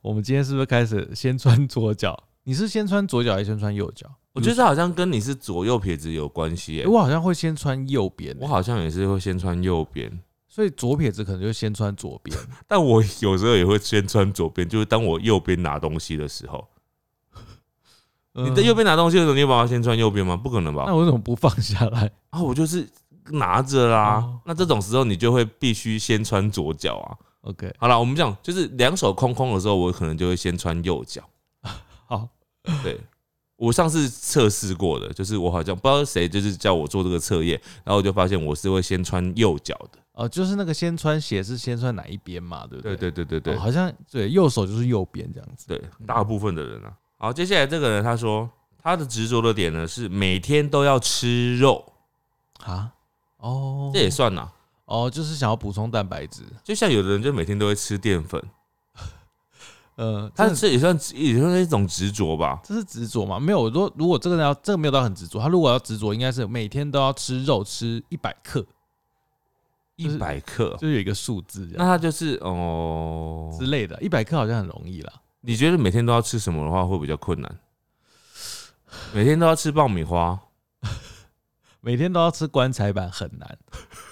[SPEAKER 1] 我们今天是不是开始先穿左脚？你是先穿左脚还是先穿右脚？
[SPEAKER 2] 我觉得这好像跟你是左右撇子有关系耶、
[SPEAKER 1] 诶我好像会先穿右边、欸
[SPEAKER 2] 我好像也是会先穿右边，
[SPEAKER 1] 所以左撇子可能就先穿左边，
[SPEAKER 2] 但我有时候也会先穿左边，就是当我右边拿东西的时候， 你在
[SPEAKER 1] 嗯哦
[SPEAKER 2] 右边拿东西的时候，你有办法先穿右边吗？不可能吧
[SPEAKER 1] 那？我为什么不放下来？
[SPEAKER 2] 啊，我就是拿着啦。
[SPEAKER 1] 哦
[SPEAKER 2] 那这种时候你就会必须先穿左脚啊。
[SPEAKER 1] OK，
[SPEAKER 2] 好了，我们讲就是两手空空的时候，我可能就会先穿右脚。
[SPEAKER 1] 好，
[SPEAKER 2] 对，我上次测试过的，就是我好像不知道谁就是叫我做这个测验，然后我就发现我是会先穿右脚的。
[SPEAKER 1] 哦，就是那个先穿鞋是先穿哪一边嘛，对不对
[SPEAKER 2] 对
[SPEAKER 1] 嗯
[SPEAKER 2] 对对对对
[SPEAKER 1] 哦好像对，右手就是右边这样子。
[SPEAKER 2] 对，大部分的人啊。好，接下来这个人他说他的执着的点呢是每天都要吃肉，
[SPEAKER 1] 啊，哦，
[SPEAKER 2] 这也算呐、
[SPEAKER 1] 哦，就是想要补充蛋白质。
[SPEAKER 2] 就像有的人就每天都会吃淀粉，
[SPEAKER 1] 呃，
[SPEAKER 2] 他
[SPEAKER 1] 这
[SPEAKER 2] 嗯这也算也算是一种执着吧。
[SPEAKER 1] 这是执着吗？没有，如果如果这个人要这个没有到很执着，他如果要执着，应该是每天都要吃肉，吃一百克，就
[SPEAKER 2] 一
[SPEAKER 1] 是
[SPEAKER 2] 百克，
[SPEAKER 1] 就是有一个数字这
[SPEAKER 2] 那
[SPEAKER 1] 样
[SPEAKER 2] 他就是哦，
[SPEAKER 1] 之类的。一百克好像很容易啦。
[SPEAKER 2] 你觉得每天都要吃什么的话会比较困难？每天都要吃爆米花，
[SPEAKER 1] 每天都要吃棺材板很难，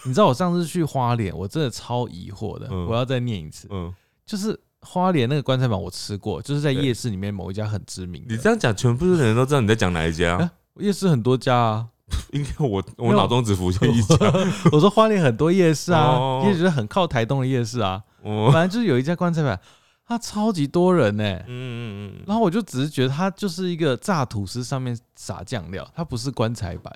[SPEAKER 1] 你知道我上次去花莲，我真的超疑惑的。
[SPEAKER 2] 嗯
[SPEAKER 1] 我要再念一次，
[SPEAKER 2] 嗯，
[SPEAKER 1] 就是花莲那个棺材板我吃过，就是在
[SPEAKER 2] 对
[SPEAKER 1] 夜市里面某一家很知名
[SPEAKER 2] 你
[SPEAKER 1] 的，
[SPEAKER 2] 这样讲，全部的人都知道你在讲哪一家。
[SPEAKER 1] 啊夜市很多家啊。
[SPEAKER 2] 应该我
[SPEAKER 1] 没
[SPEAKER 2] 我
[SPEAKER 1] 有
[SPEAKER 2] 脑中只浮现一 家，
[SPEAKER 1] 我说花莲很多夜市
[SPEAKER 2] 哦
[SPEAKER 1] 啊，夜市很靠台东的夜市啊。
[SPEAKER 2] 我
[SPEAKER 1] 反正就是有一家棺材板，它超级多人呢、
[SPEAKER 2] 哦嗯嗯嗯嗯，
[SPEAKER 1] 然后我就只是觉得它就是一个炸吐司上面撒酱料，它不是棺材板。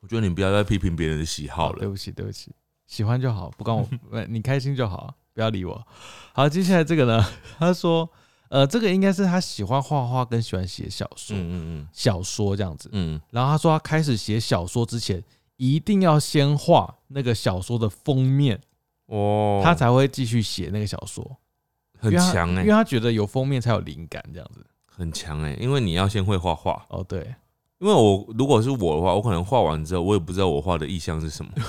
[SPEAKER 2] 我觉得你不要再批评别人的喜好
[SPEAKER 1] 啊对
[SPEAKER 2] 了。
[SPEAKER 1] 不起，对不起，喜欢就好，不关我，呃你开心就好， 不要理我。好，接下来这个呢， 他说，呃，这个应该是他喜欢画画跟喜欢写小说，
[SPEAKER 2] 嗯嗯
[SPEAKER 1] 小说这样子。
[SPEAKER 2] 嗯
[SPEAKER 1] 然后他说，他开始写小说之前，一定要先画那个小说的封面，
[SPEAKER 2] 嗯，哦，
[SPEAKER 1] 他才会继续写那个小说，
[SPEAKER 2] 很
[SPEAKER 1] 因为他
[SPEAKER 2] 强哎
[SPEAKER 1] 因为，他觉得有封面才有灵感这样子。
[SPEAKER 2] 很强哎，因为你要先会画画。
[SPEAKER 1] 哦，对，
[SPEAKER 2] 因为我如果是我的话，我可能画完之后，我也不知道我画的意向是什么。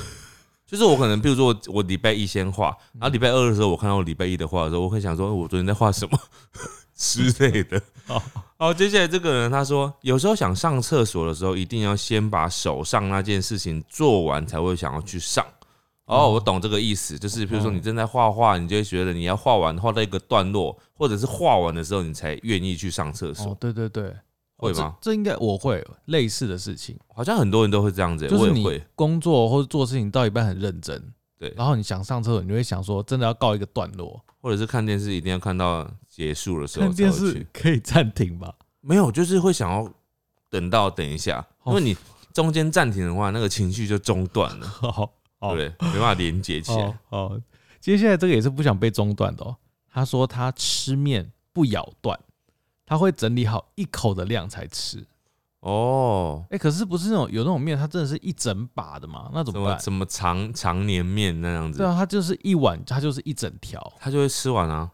[SPEAKER 2] 就是我可能，比如说我我礼拜一先画，然后礼拜二的时候，我看到我礼拜一的画的时候，我会想说，哎我昨天在画什么 之类的。
[SPEAKER 1] 哦，
[SPEAKER 2] 好，接下来这个人他说，有时候想上厕所的时候，一定要先把手上那件事情做完，才会想要去上。哦，
[SPEAKER 1] 嗯
[SPEAKER 2] 我懂这个意思，就是比如说
[SPEAKER 1] 嗯
[SPEAKER 2] 你正在画画，你就会觉得你要画完画到一个段落，或者是画完的时候，你才愿意去上厕所
[SPEAKER 1] 哦，，对对对，
[SPEAKER 2] 会
[SPEAKER 1] 哦这
[SPEAKER 2] 吗？
[SPEAKER 1] 这应该我会类似的事情，
[SPEAKER 2] 好像很多人都会这样子、
[SPEAKER 1] 就
[SPEAKER 2] 我
[SPEAKER 1] 是
[SPEAKER 2] 也
[SPEAKER 1] 你
[SPEAKER 2] 会。
[SPEAKER 1] 工作或者做事情到一半很认真，
[SPEAKER 2] 对
[SPEAKER 1] 然后你想上厕所，你会想说真的要告一个段落，
[SPEAKER 2] 或者是看电视一定要看到结束的时候
[SPEAKER 1] 看
[SPEAKER 2] 才
[SPEAKER 1] 电
[SPEAKER 2] 会
[SPEAKER 1] 视
[SPEAKER 2] 去，
[SPEAKER 1] 可以暂停吧？
[SPEAKER 2] 没有，就是会想要等到等一下，
[SPEAKER 1] 好
[SPEAKER 2] 因为你中间暂停的话，那个情绪就中断了，
[SPEAKER 1] 好，
[SPEAKER 2] 对
[SPEAKER 1] 好
[SPEAKER 2] 不对？没办法连接起来
[SPEAKER 1] 好，。好，接下来这个也是不想被中断的哦。他说他吃面不咬断，他会整理好一口的量才吃。
[SPEAKER 2] 哦。
[SPEAKER 1] 哎、可是不是那种有那种面，它真的是一整把的嘛？那怎
[SPEAKER 2] 什
[SPEAKER 1] 么
[SPEAKER 2] 么
[SPEAKER 1] 办？
[SPEAKER 2] 什么长长年面那样
[SPEAKER 1] 对
[SPEAKER 2] 子，
[SPEAKER 1] 啊，它就是一碗，它就是一整条。
[SPEAKER 2] 他就会吃完啊，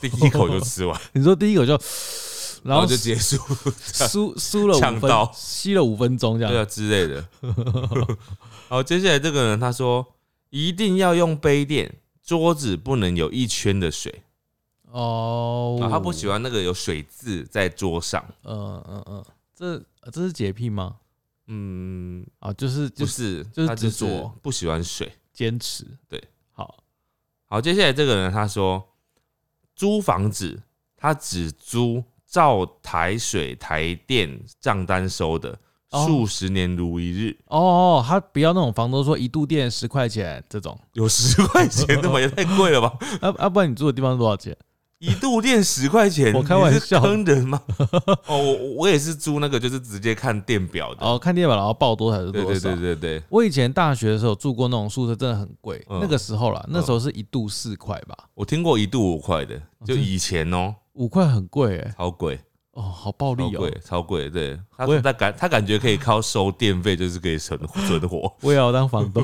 [SPEAKER 2] 第一口就吃完，
[SPEAKER 1] 你说第一口就，哦 然
[SPEAKER 2] 然
[SPEAKER 1] 后
[SPEAKER 2] 后就结束，
[SPEAKER 1] 输输了
[SPEAKER 2] 呛
[SPEAKER 1] 五分
[SPEAKER 2] 到，
[SPEAKER 1] 吸了五分钟这
[SPEAKER 2] 对
[SPEAKER 1] 样。
[SPEAKER 2] 啊之类的。好，接下来这个人他说一定要用杯垫，桌子不能有一圈的水
[SPEAKER 1] 哦、
[SPEAKER 2] 啊，他不喜。欢那个有水渍在桌上。
[SPEAKER 1] 嗯嗯嗯，这这是洁癖吗？
[SPEAKER 2] 嗯，
[SPEAKER 1] 啊，就是
[SPEAKER 2] 就
[SPEAKER 1] 就是
[SPEAKER 2] 是
[SPEAKER 1] 就是
[SPEAKER 2] 他
[SPEAKER 1] 执着，
[SPEAKER 2] 不喜欢水。
[SPEAKER 1] 坚持。
[SPEAKER 2] 对，
[SPEAKER 1] 好，
[SPEAKER 2] 好，接下来这个人他说，租房子他只租照台水台电账单收的，
[SPEAKER 1] 哦
[SPEAKER 2] 数十年如一日，
[SPEAKER 1] 哦，他不要那种房东说一度电十块钱这 种，
[SPEAKER 2] 有十块钱的吗？也太贵了吧！
[SPEAKER 1] 啊啊，不然你住的地方多少钱？
[SPEAKER 2] 一度电十块钱，
[SPEAKER 1] 我开玩
[SPEAKER 2] 你是
[SPEAKER 1] 笑
[SPEAKER 2] 坑人吗？哦，我我也是租那个，就是直接看电表的。
[SPEAKER 1] 哦，看电板然后报多少就
[SPEAKER 2] 对
[SPEAKER 1] 多
[SPEAKER 2] 对
[SPEAKER 1] 少。
[SPEAKER 2] 对对对，
[SPEAKER 1] 我以前大学的时候住过那种宿舍，真的很贵。
[SPEAKER 2] 嗯
[SPEAKER 1] 那个时候啦，那时候是一度四块吧，
[SPEAKER 2] 我听过一度五块的，就
[SPEAKER 1] 真的
[SPEAKER 2] 以前哦，
[SPEAKER 1] 五块很贵哎、
[SPEAKER 2] 超贵。
[SPEAKER 1] 哦，好暴
[SPEAKER 2] 超
[SPEAKER 1] 力哦、
[SPEAKER 2] 贵，超贵，对，他
[SPEAKER 1] 我也
[SPEAKER 2] 他感他感觉可以靠收电费，就是可以存存 活。
[SPEAKER 1] 我也要当房 东。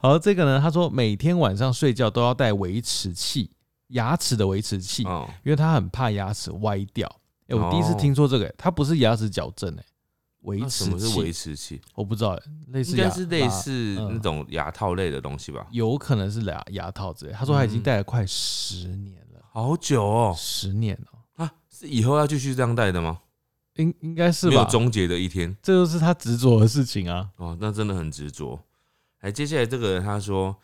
[SPEAKER 1] 好，这个呢，他说每天晚上睡觉都要带维持器，牙齿的维持器，
[SPEAKER 2] 嗯，
[SPEAKER 1] 因为他很怕牙齿歪掉。哎、我第一次
[SPEAKER 2] 哦
[SPEAKER 1] 听说这个、欸，它不是牙齿矫正哎、维
[SPEAKER 2] 那什
[SPEAKER 1] 持
[SPEAKER 2] 么是维
[SPEAKER 1] 器，
[SPEAKER 2] 持器？
[SPEAKER 1] 我不知道、欸，类似
[SPEAKER 2] 应
[SPEAKER 1] 牙
[SPEAKER 2] 该是类
[SPEAKER 1] 拉
[SPEAKER 2] 似
[SPEAKER 1] 嗯
[SPEAKER 2] 那种牙套类的东西吧？
[SPEAKER 1] 有可能是牙牙套之类。他说他已经
[SPEAKER 2] 嗯
[SPEAKER 1] 戴了快十年了，
[SPEAKER 2] 好久哦，
[SPEAKER 1] 十年哦、
[SPEAKER 2] 啊，是以后要继续这样戴的吗？
[SPEAKER 1] 应应该是
[SPEAKER 2] 没有
[SPEAKER 1] 吧？
[SPEAKER 2] 终结的一天
[SPEAKER 1] 这就是他执着的事情啊。
[SPEAKER 2] 哦，那真的很执着。哎，接下来这个人他说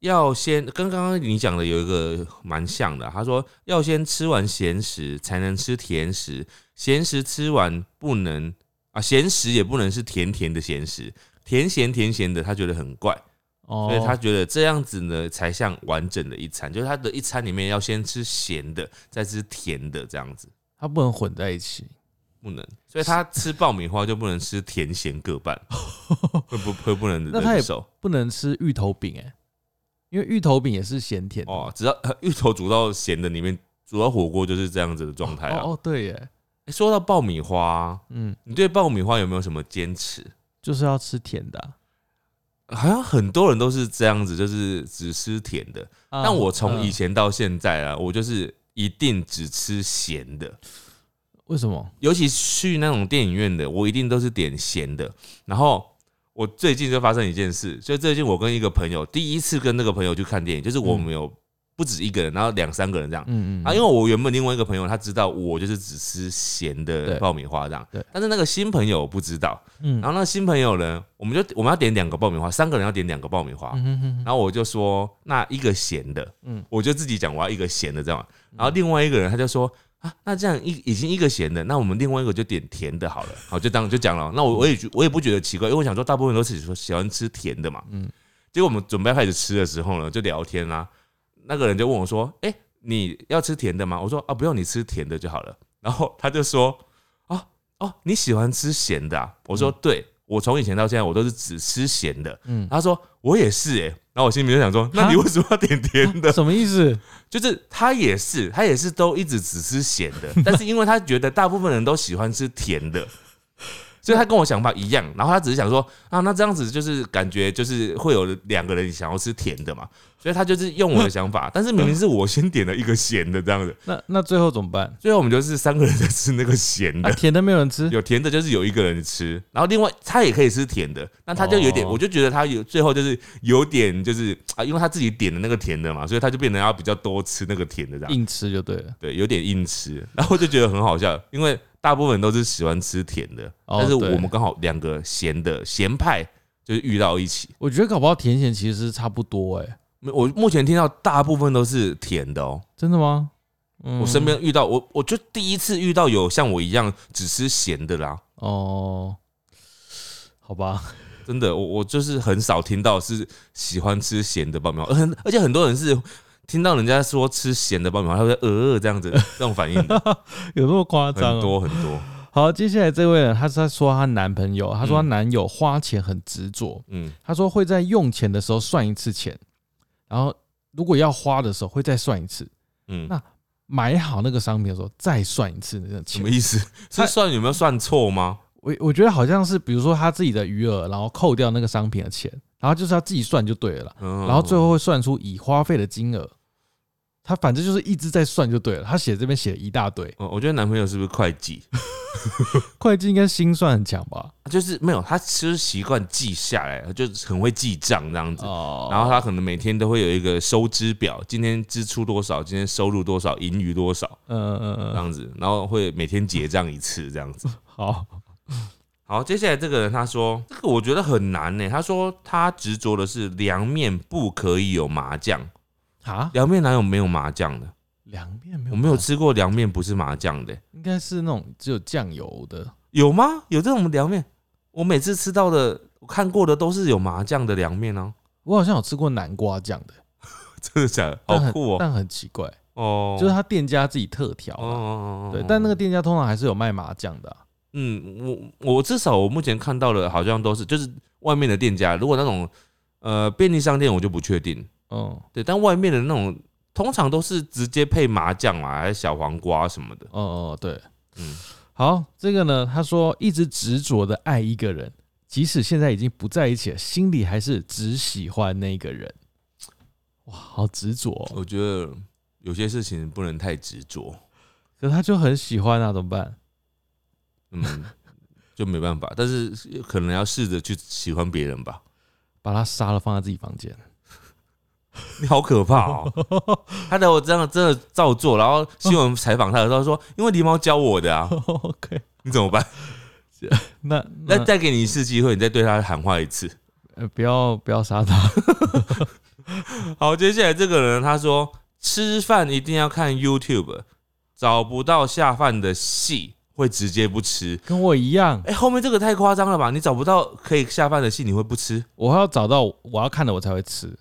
[SPEAKER 2] 要先跟刚刚你讲的有一个蛮像的，啊他说要先吃完咸食才能吃甜食，咸食吃完不能啊，咸食也不能是甜甜的咸食，甜咸甜咸的，他觉得很怪，
[SPEAKER 1] 哦，
[SPEAKER 2] 所以他觉得这样子呢才像完整的一餐，就是他的一餐里面要先吃咸的，再吃甜的这样子。
[SPEAKER 1] 他不能混在一起。
[SPEAKER 2] 不能，所以他吃爆米花就不能吃甜咸各半，会不会不能
[SPEAKER 1] 那他也
[SPEAKER 2] 忍受？
[SPEAKER 1] 不能吃芋头饼哎、因为芋头饼也是咸甜的。
[SPEAKER 2] 哦，只要 呃芋头煮到咸的里面，煮到火锅就是这样子的状态啊。
[SPEAKER 1] 哦哦，对耶，
[SPEAKER 2] 诶说到爆米花，
[SPEAKER 1] 嗯，
[SPEAKER 2] 你对爆米花有没有什么坚持？
[SPEAKER 1] 就是要吃甜的啊、
[SPEAKER 2] 好像很多人都是这样子，就是只吃甜的。
[SPEAKER 1] 啊
[SPEAKER 2] 但我从以、
[SPEAKER 1] 嗯
[SPEAKER 2] 前到现在啊，我就是一定只吃咸的。
[SPEAKER 1] 呃为什么？
[SPEAKER 2] 尤其去那种电影院的，我一定都是点咸的。然后我最近就发生一件事，就最近我跟一个朋友第一次跟那个朋友去看电影，就是我
[SPEAKER 1] 嗯
[SPEAKER 2] 们有不止一个人，然后两三个人这样。
[SPEAKER 1] 嗯嗯
[SPEAKER 2] 啊，因为我原本另外一个朋友他知道我就是只吃咸的
[SPEAKER 1] 对
[SPEAKER 2] 爆米花这样
[SPEAKER 1] 对，
[SPEAKER 2] 但是那个新朋友不知道，
[SPEAKER 1] 嗯
[SPEAKER 2] 然后那个新朋友呢，我们就我们要点两个爆米花，三个人要点两个爆米花，
[SPEAKER 1] 嗯哼哼哼
[SPEAKER 2] 然后我就说那一个咸的，
[SPEAKER 1] 嗯
[SPEAKER 2] 嗯，我就自己讲我要一个咸的这样。然后另外一个人他就说啊，那这样一已经一个咸的，那我们另外一个就点甜的好了。好，就当就讲了。那我我也觉我也不觉得奇怪，因为我想说大部分都是说喜欢吃甜的嘛。
[SPEAKER 1] 嗯
[SPEAKER 2] 嗯，结果我们准备要开始吃的时候呢，就聊天啦、那个人就问我说，哎、你要吃甜的吗？我说啊，不用，你吃甜的就好了。然后他就说啊哦，你喜欢吃咸的、啊？我说对。我从以前到现在，我都是只吃咸的。
[SPEAKER 1] 嗯
[SPEAKER 2] 他说我也是哎、然后我心里面就想说，那你为什么要点甜 的？
[SPEAKER 1] 什么意思？
[SPEAKER 2] 就是他也是，他也是都一直只吃咸的，但是因为他觉得大部分人都喜欢吃甜的，所以他跟我想法一样。然后他只是想说啊，那这样子就是感觉就是会有两个人想要吃甜的嘛，所以他就是用我的想法，但是明明是我先点了一个咸的这样子，
[SPEAKER 1] 那那最后怎么办？
[SPEAKER 2] 最后我们就是三个人在吃那个咸
[SPEAKER 1] 啊，
[SPEAKER 2] 的。
[SPEAKER 1] 甜的没有人吃，
[SPEAKER 2] 有甜的，就是有一个人吃，然后另外他也可以吃甜的，那他就有点，
[SPEAKER 1] 哦
[SPEAKER 2] 我就觉得他有最后就是有点就是啊，因为他自己点的那个甜的嘛，所以他就变得要比较多吃那个甜的这样，
[SPEAKER 1] 硬吃就对了。
[SPEAKER 2] 对，有点硬吃，然后我就觉得很好笑，因为大部分人都是喜欢吃甜的，
[SPEAKER 1] 哦
[SPEAKER 2] 但是
[SPEAKER 1] 对
[SPEAKER 2] 我们刚好两个咸的咸派就是遇到一起，
[SPEAKER 1] 我觉得搞不好甜咸其实是差不多哎、
[SPEAKER 2] 没我目前听到大部分都是甜的哦，
[SPEAKER 1] 真的吗？嗯
[SPEAKER 2] 我身边遇到我我就第一次遇到有像我一样只吃咸的啦，
[SPEAKER 1] 哦，好吧，
[SPEAKER 2] 真的，我我就是很少听到是喜欢吃咸的爆米花，而很而且很多人是听到人家说吃咸的爆米花，他会呃呃这样子这 种反应的，
[SPEAKER 1] 有那么夸
[SPEAKER 2] 很
[SPEAKER 1] 张、哦？
[SPEAKER 2] 多很多。
[SPEAKER 1] 好，接下来这位呢，她是在说她男朋友，她说她
[SPEAKER 2] 嗯
[SPEAKER 1] 男友花钱很执着，
[SPEAKER 2] 嗯，
[SPEAKER 1] 她说会在用钱的时候算一次钱，然后如果要花的时候会再算一次，
[SPEAKER 2] 嗯
[SPEAKER 1] 那，买好那个商品的时候再算一次那个
[SPEAKER 2] 什么
[SPEAKER 1] 钱。
[SPEAKER 2] 意思？
[SPEAKER 1] 他
[SPEAKER 2] 是算有没有算错吗？
[SPEAKER 1] 我我觉得好像是比如说他自己的余额，然后扣掉那个商品的钱，然后就是要自己算就对了啦，
[SPEAKER 2] 嗯，
[SPEAKER 1] 然后最后会算出已花费的金额。他反正就是一直在算就对了，他写这边写了一大 堆，
[SPEAKER 2] 哦，我觉得男朋友是不是会计？
[SPEAKER 1] 会计应该心算很强吧？
[SPEAKER 2] 就是没有，他其实习惯记下来，就是很会记账这样子。
[SPEAKER 1] 哦
[SPEAKER 2] 然后他可能每天都会有一个收支表，今天支出多少，今天收入多少，盈余多少
[SPEAKER 1] 嗯嗯
[SPEAKER 2] 这
[SPEAKER 1] 嗯，
[SPEAKER 2] 样子，然后会每天结账一次这样 子。
[SPEAKER 1] 好，
[SPEAKER 2] 好，接下来这个人他说，这个我觉得很难呢。他说他执着的是凉面不可以有麻酱，
[SPEAKER 1] 啊，
[SPEAKER 2] 凉面哪有没有麻酱的？
[SPEAKER 1] 两面没有，
[SPEAKER 2] 我没有，吃过凉面不是麻酱的，
[SPEAKER 1] 应该是那种只有酱油的，
[SPEAKER 2] 有吗？有这种凉面？我每次吃到的，我看过的都是有麻酱的凉面哦，
[SPEAKER 1] 我好像有吃过南瓜酱的，
[SPEAKER 2] 真的假的？
[SPEAKER 1] 但
[SPEAKER 2] 好
[SPEAKER 1] 很
[SPEAKER 2] 酷哦！
[SPEAKER 1] 但很奇怪，
[SPEAKER 2] 哦，
[SPEAKER 1] 就是他店家自己特调
[SPEAKER 2] 哦，
[SPEAKER 1] 啦。
[SPEAKER 2] 哦
[SPEAKER 1] 对，但那个店家通常还是有卖麻酱的啊、
[SPEAKER 2] 嗯，我我至少我目前看到的好像都是就是外面的店家，如果那种呃便利商店我就不确定，
[SPEAKER 1] 嗯
[SPEAKER 2] 对，但外面的那种通常都是直接配麻酱啊，还是小黄瓜什么的。
[SPEAKER 1] 哦哦，对，
[SPEAKER 2] 嗯，
[SPEAKER 1] 好，这个呢，他说一直执着的爱一个人，即使现在已经不在一起了，心里还是只喜欢那个人。哇，好执着、哦，
[SPEAKER 2] 我觉得有些事情不能太执着，
[SPEAKER 1] 可是他就很喜欢啊，怎么办？
[SPEAKER 2] 嗯，就没办法。但是可能要试着去喜欢别人吧。
[SPEAKER 1] 把他杀了，放在自己房 间。
[SPEAKER 2] 你好可怕哦！他的我真的真的照做，然后新闻采访他的时候说，因为狸猫教我的啊，
[SPEAKER 1] OK，
[SPEAKER 2] 你怎么办？
[SPEAKER 1] 那
[SPEAKER 2] 那
[SPEAKER 1] 那
[SPEAKER 2] 再给你一次机会，你再对他喊话一次。
[SPEAKER 1] 呃，不要不要杀他，
[SPEAKER 2] 好，接下来这个人他说，吃饭一定要看 YouTube，找不到下饭的戏会直接不吃。
[SPEAKER 1] 跟我一样，
[SPEAKER 2] 哎、后面这个太夸张了吧？你找不到可以下饭的戏，你会不吃？
[SPEAKER 1] 我要找到我要看的我才会吃，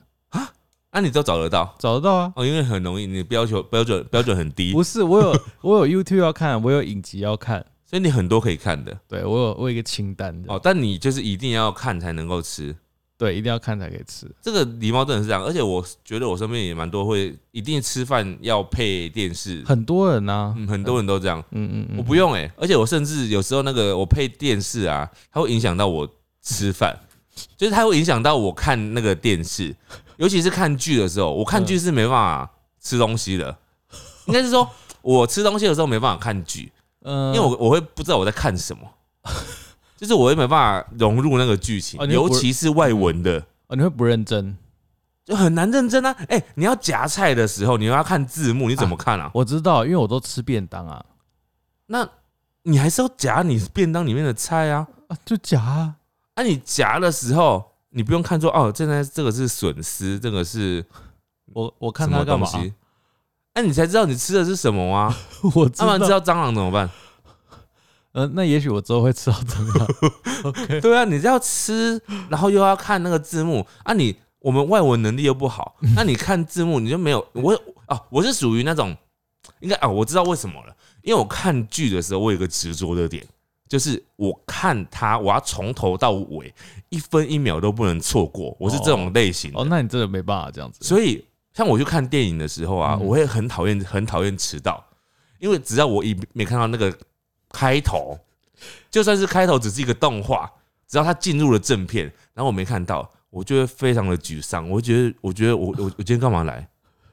[SPEAKER 2] 那、你都找得到
[SPEAKER 1] 找得到啊。
[SPEAKER 2] 哦，因为很容易，你标求标准标准很低，
[SPEAKER 1] 不是，我有我有 YouTube 要看，我有影集要看，
[SPEAKER 2] 所以你很多可以看的
[SPEAKER 1] 对我有我有一个清单的，
[SPEAKER 2] 哦。但你就是一定要看才能够吃，
[SPEAKER 1] 对，一定要看才可以吃。
[SPEAKER 2] 这个狸猫真的是这样。而且我觉得我身边也蛮多会一定吃饭要配电视，
[SPEAKER 1] 很多人啊，
[SPEAKER 2] 嗯，很多人都这样。
[SPEAKER 1] 嗯嗯嗯，
[SPEAKER 2] 我不用哎、而且我甚至有时候那个我配电视啊，它会影响到我吃饭， 就是它会影响到我看那个电视，尤其是看剧的时候，我
[SPEAKER 1] 嗯
[SPEAKER 2] 看剧是没办法吃东西的，应该是 说我吃东西的时候没办法看剧，
[SPEAKER 1] 嗯，
[SPEAKER 2] 因为我我会不知道我在看 什么，就是我会没办法融入那个剧情
[SPEAKER 1] 哦，你会
[SPEAKER 2] 尤
[SPEAKER 1] 不
[SPEAKER 2] 其是外文的。
[SPEAKER 1] 哦你会不认真，
[SPEAKER 2] 就很难认真啊！哎、你要夹菜的时候，你又要看字幕，你怎么看啊？
[SPEAKER 1] 我知道，因为我都吃便当啊，
[SPEAKER 2] 那你还是要夹你便当里面的菜啊！
[SPEAKER 1] 啊就夹啊，
[SPEAKER 2] 啊，你夹的时候，你不用看说哦，现在这个是笋丝，这个是
[SPEAKER 1] 我我
[SPEAKER 2] 什
[SPEAKER 1] 看
[SPEAKER 2] 么
[SPEAKER 1] 他干
[SPEAKER 2] 东
[SPEAKER 1] 嘛？
[SPEAKER 2] 西，哎、你才知道你吃的是什么啊！
[SPEAKER 1] 我 知
[SPEAKER 2] 要不
[SPEAKER 1] 道，
[SPEAKER 2] 然知道蟑螂怎么办？
[SPEAKER 1] 呃，那也许我之后会吃到蟑螂。
[SPEAKER 2] 对啊，你要吃，然后又要看那个字幕啊你！我们外文能力又不好，那你看字幕你就没有我啊，我是属于那种应该啊，我知道为什么了，因为我看剧的时候我有一个执着的点，就是我看它我要从头到尾一分一秒都不能错过，我是这种类型 的
[SPEAKER 1] 哦，那你真的没办法这样子。
[SPEAKER 2] 所以像我去看电影的时候啊，
[SPEAKER 1] 嗯
[SPEAKER 2] 我会很讨厌很讨厌迟到，因为只要我一没看到那个开头，就算是开头只是一个动画，只要它进入了正片，然后我没看到，我就会非常的沮丧，我会觉得我觉得我我我今天干嘛来？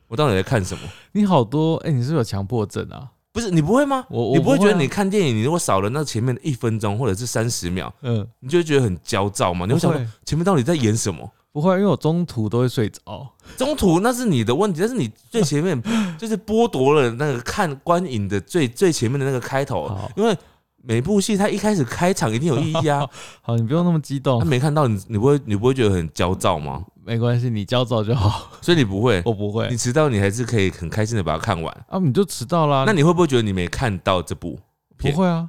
[SPEAKER 2] 我到底在看什么？
[SPEAKER 1] 你好多，哎、你是不是有强迫症啊？
[SPEAKER 2] 不是你不会吗？
[SPEAKER 1] 我我
[SPEAKER 2] 你不会觉得
[SPEAKER 1] 啊
[SPEAKER 2] 你看电影，你如果少了那前面的一分钟或者是三十秒，
[SPEAKER 1] 嗯，
[SPEAKER 2] 你就会觉得很焦躁嘛？你会想
[SPEAKER 1] 不
[SPEAKER 2] 说
[SPEAKER 1] 会
[SPEAKER 2] 前面到底在演什么？
[SPEAKER 1] 不会，因为我中途都会睡着。
[SPEAKER 2] 中途那是你的问题，但是你最前面 就是剥夺了那个看观影的最最前面的那个开头，
[SPEAKER 1] 好
[SPEAKER 2] 因为每部戏它一开始开场一定有意 义啊，
[SPEAKER 1] 好，你不用那么激
[SPEAKER 2] 他
[SPEAKER 1] 动，
[SPEAKER 2] 没看到你，你不会你不会觉得很焦躁吗？
[SPEAKER 1] 没关系，你焦躁就好。
[SPEAKER 2] 所以你不会，
[SPEAKER 1] 我不会
[SPEAKER 2] 你，迟到你还是可以很开心的把它看完。
[SPEAKER 1] 啊，你就迟到啦。
[SPEAKER 2] 那你会不会觉得你没看到这部？
[SPEAKER 1] 不会 啊？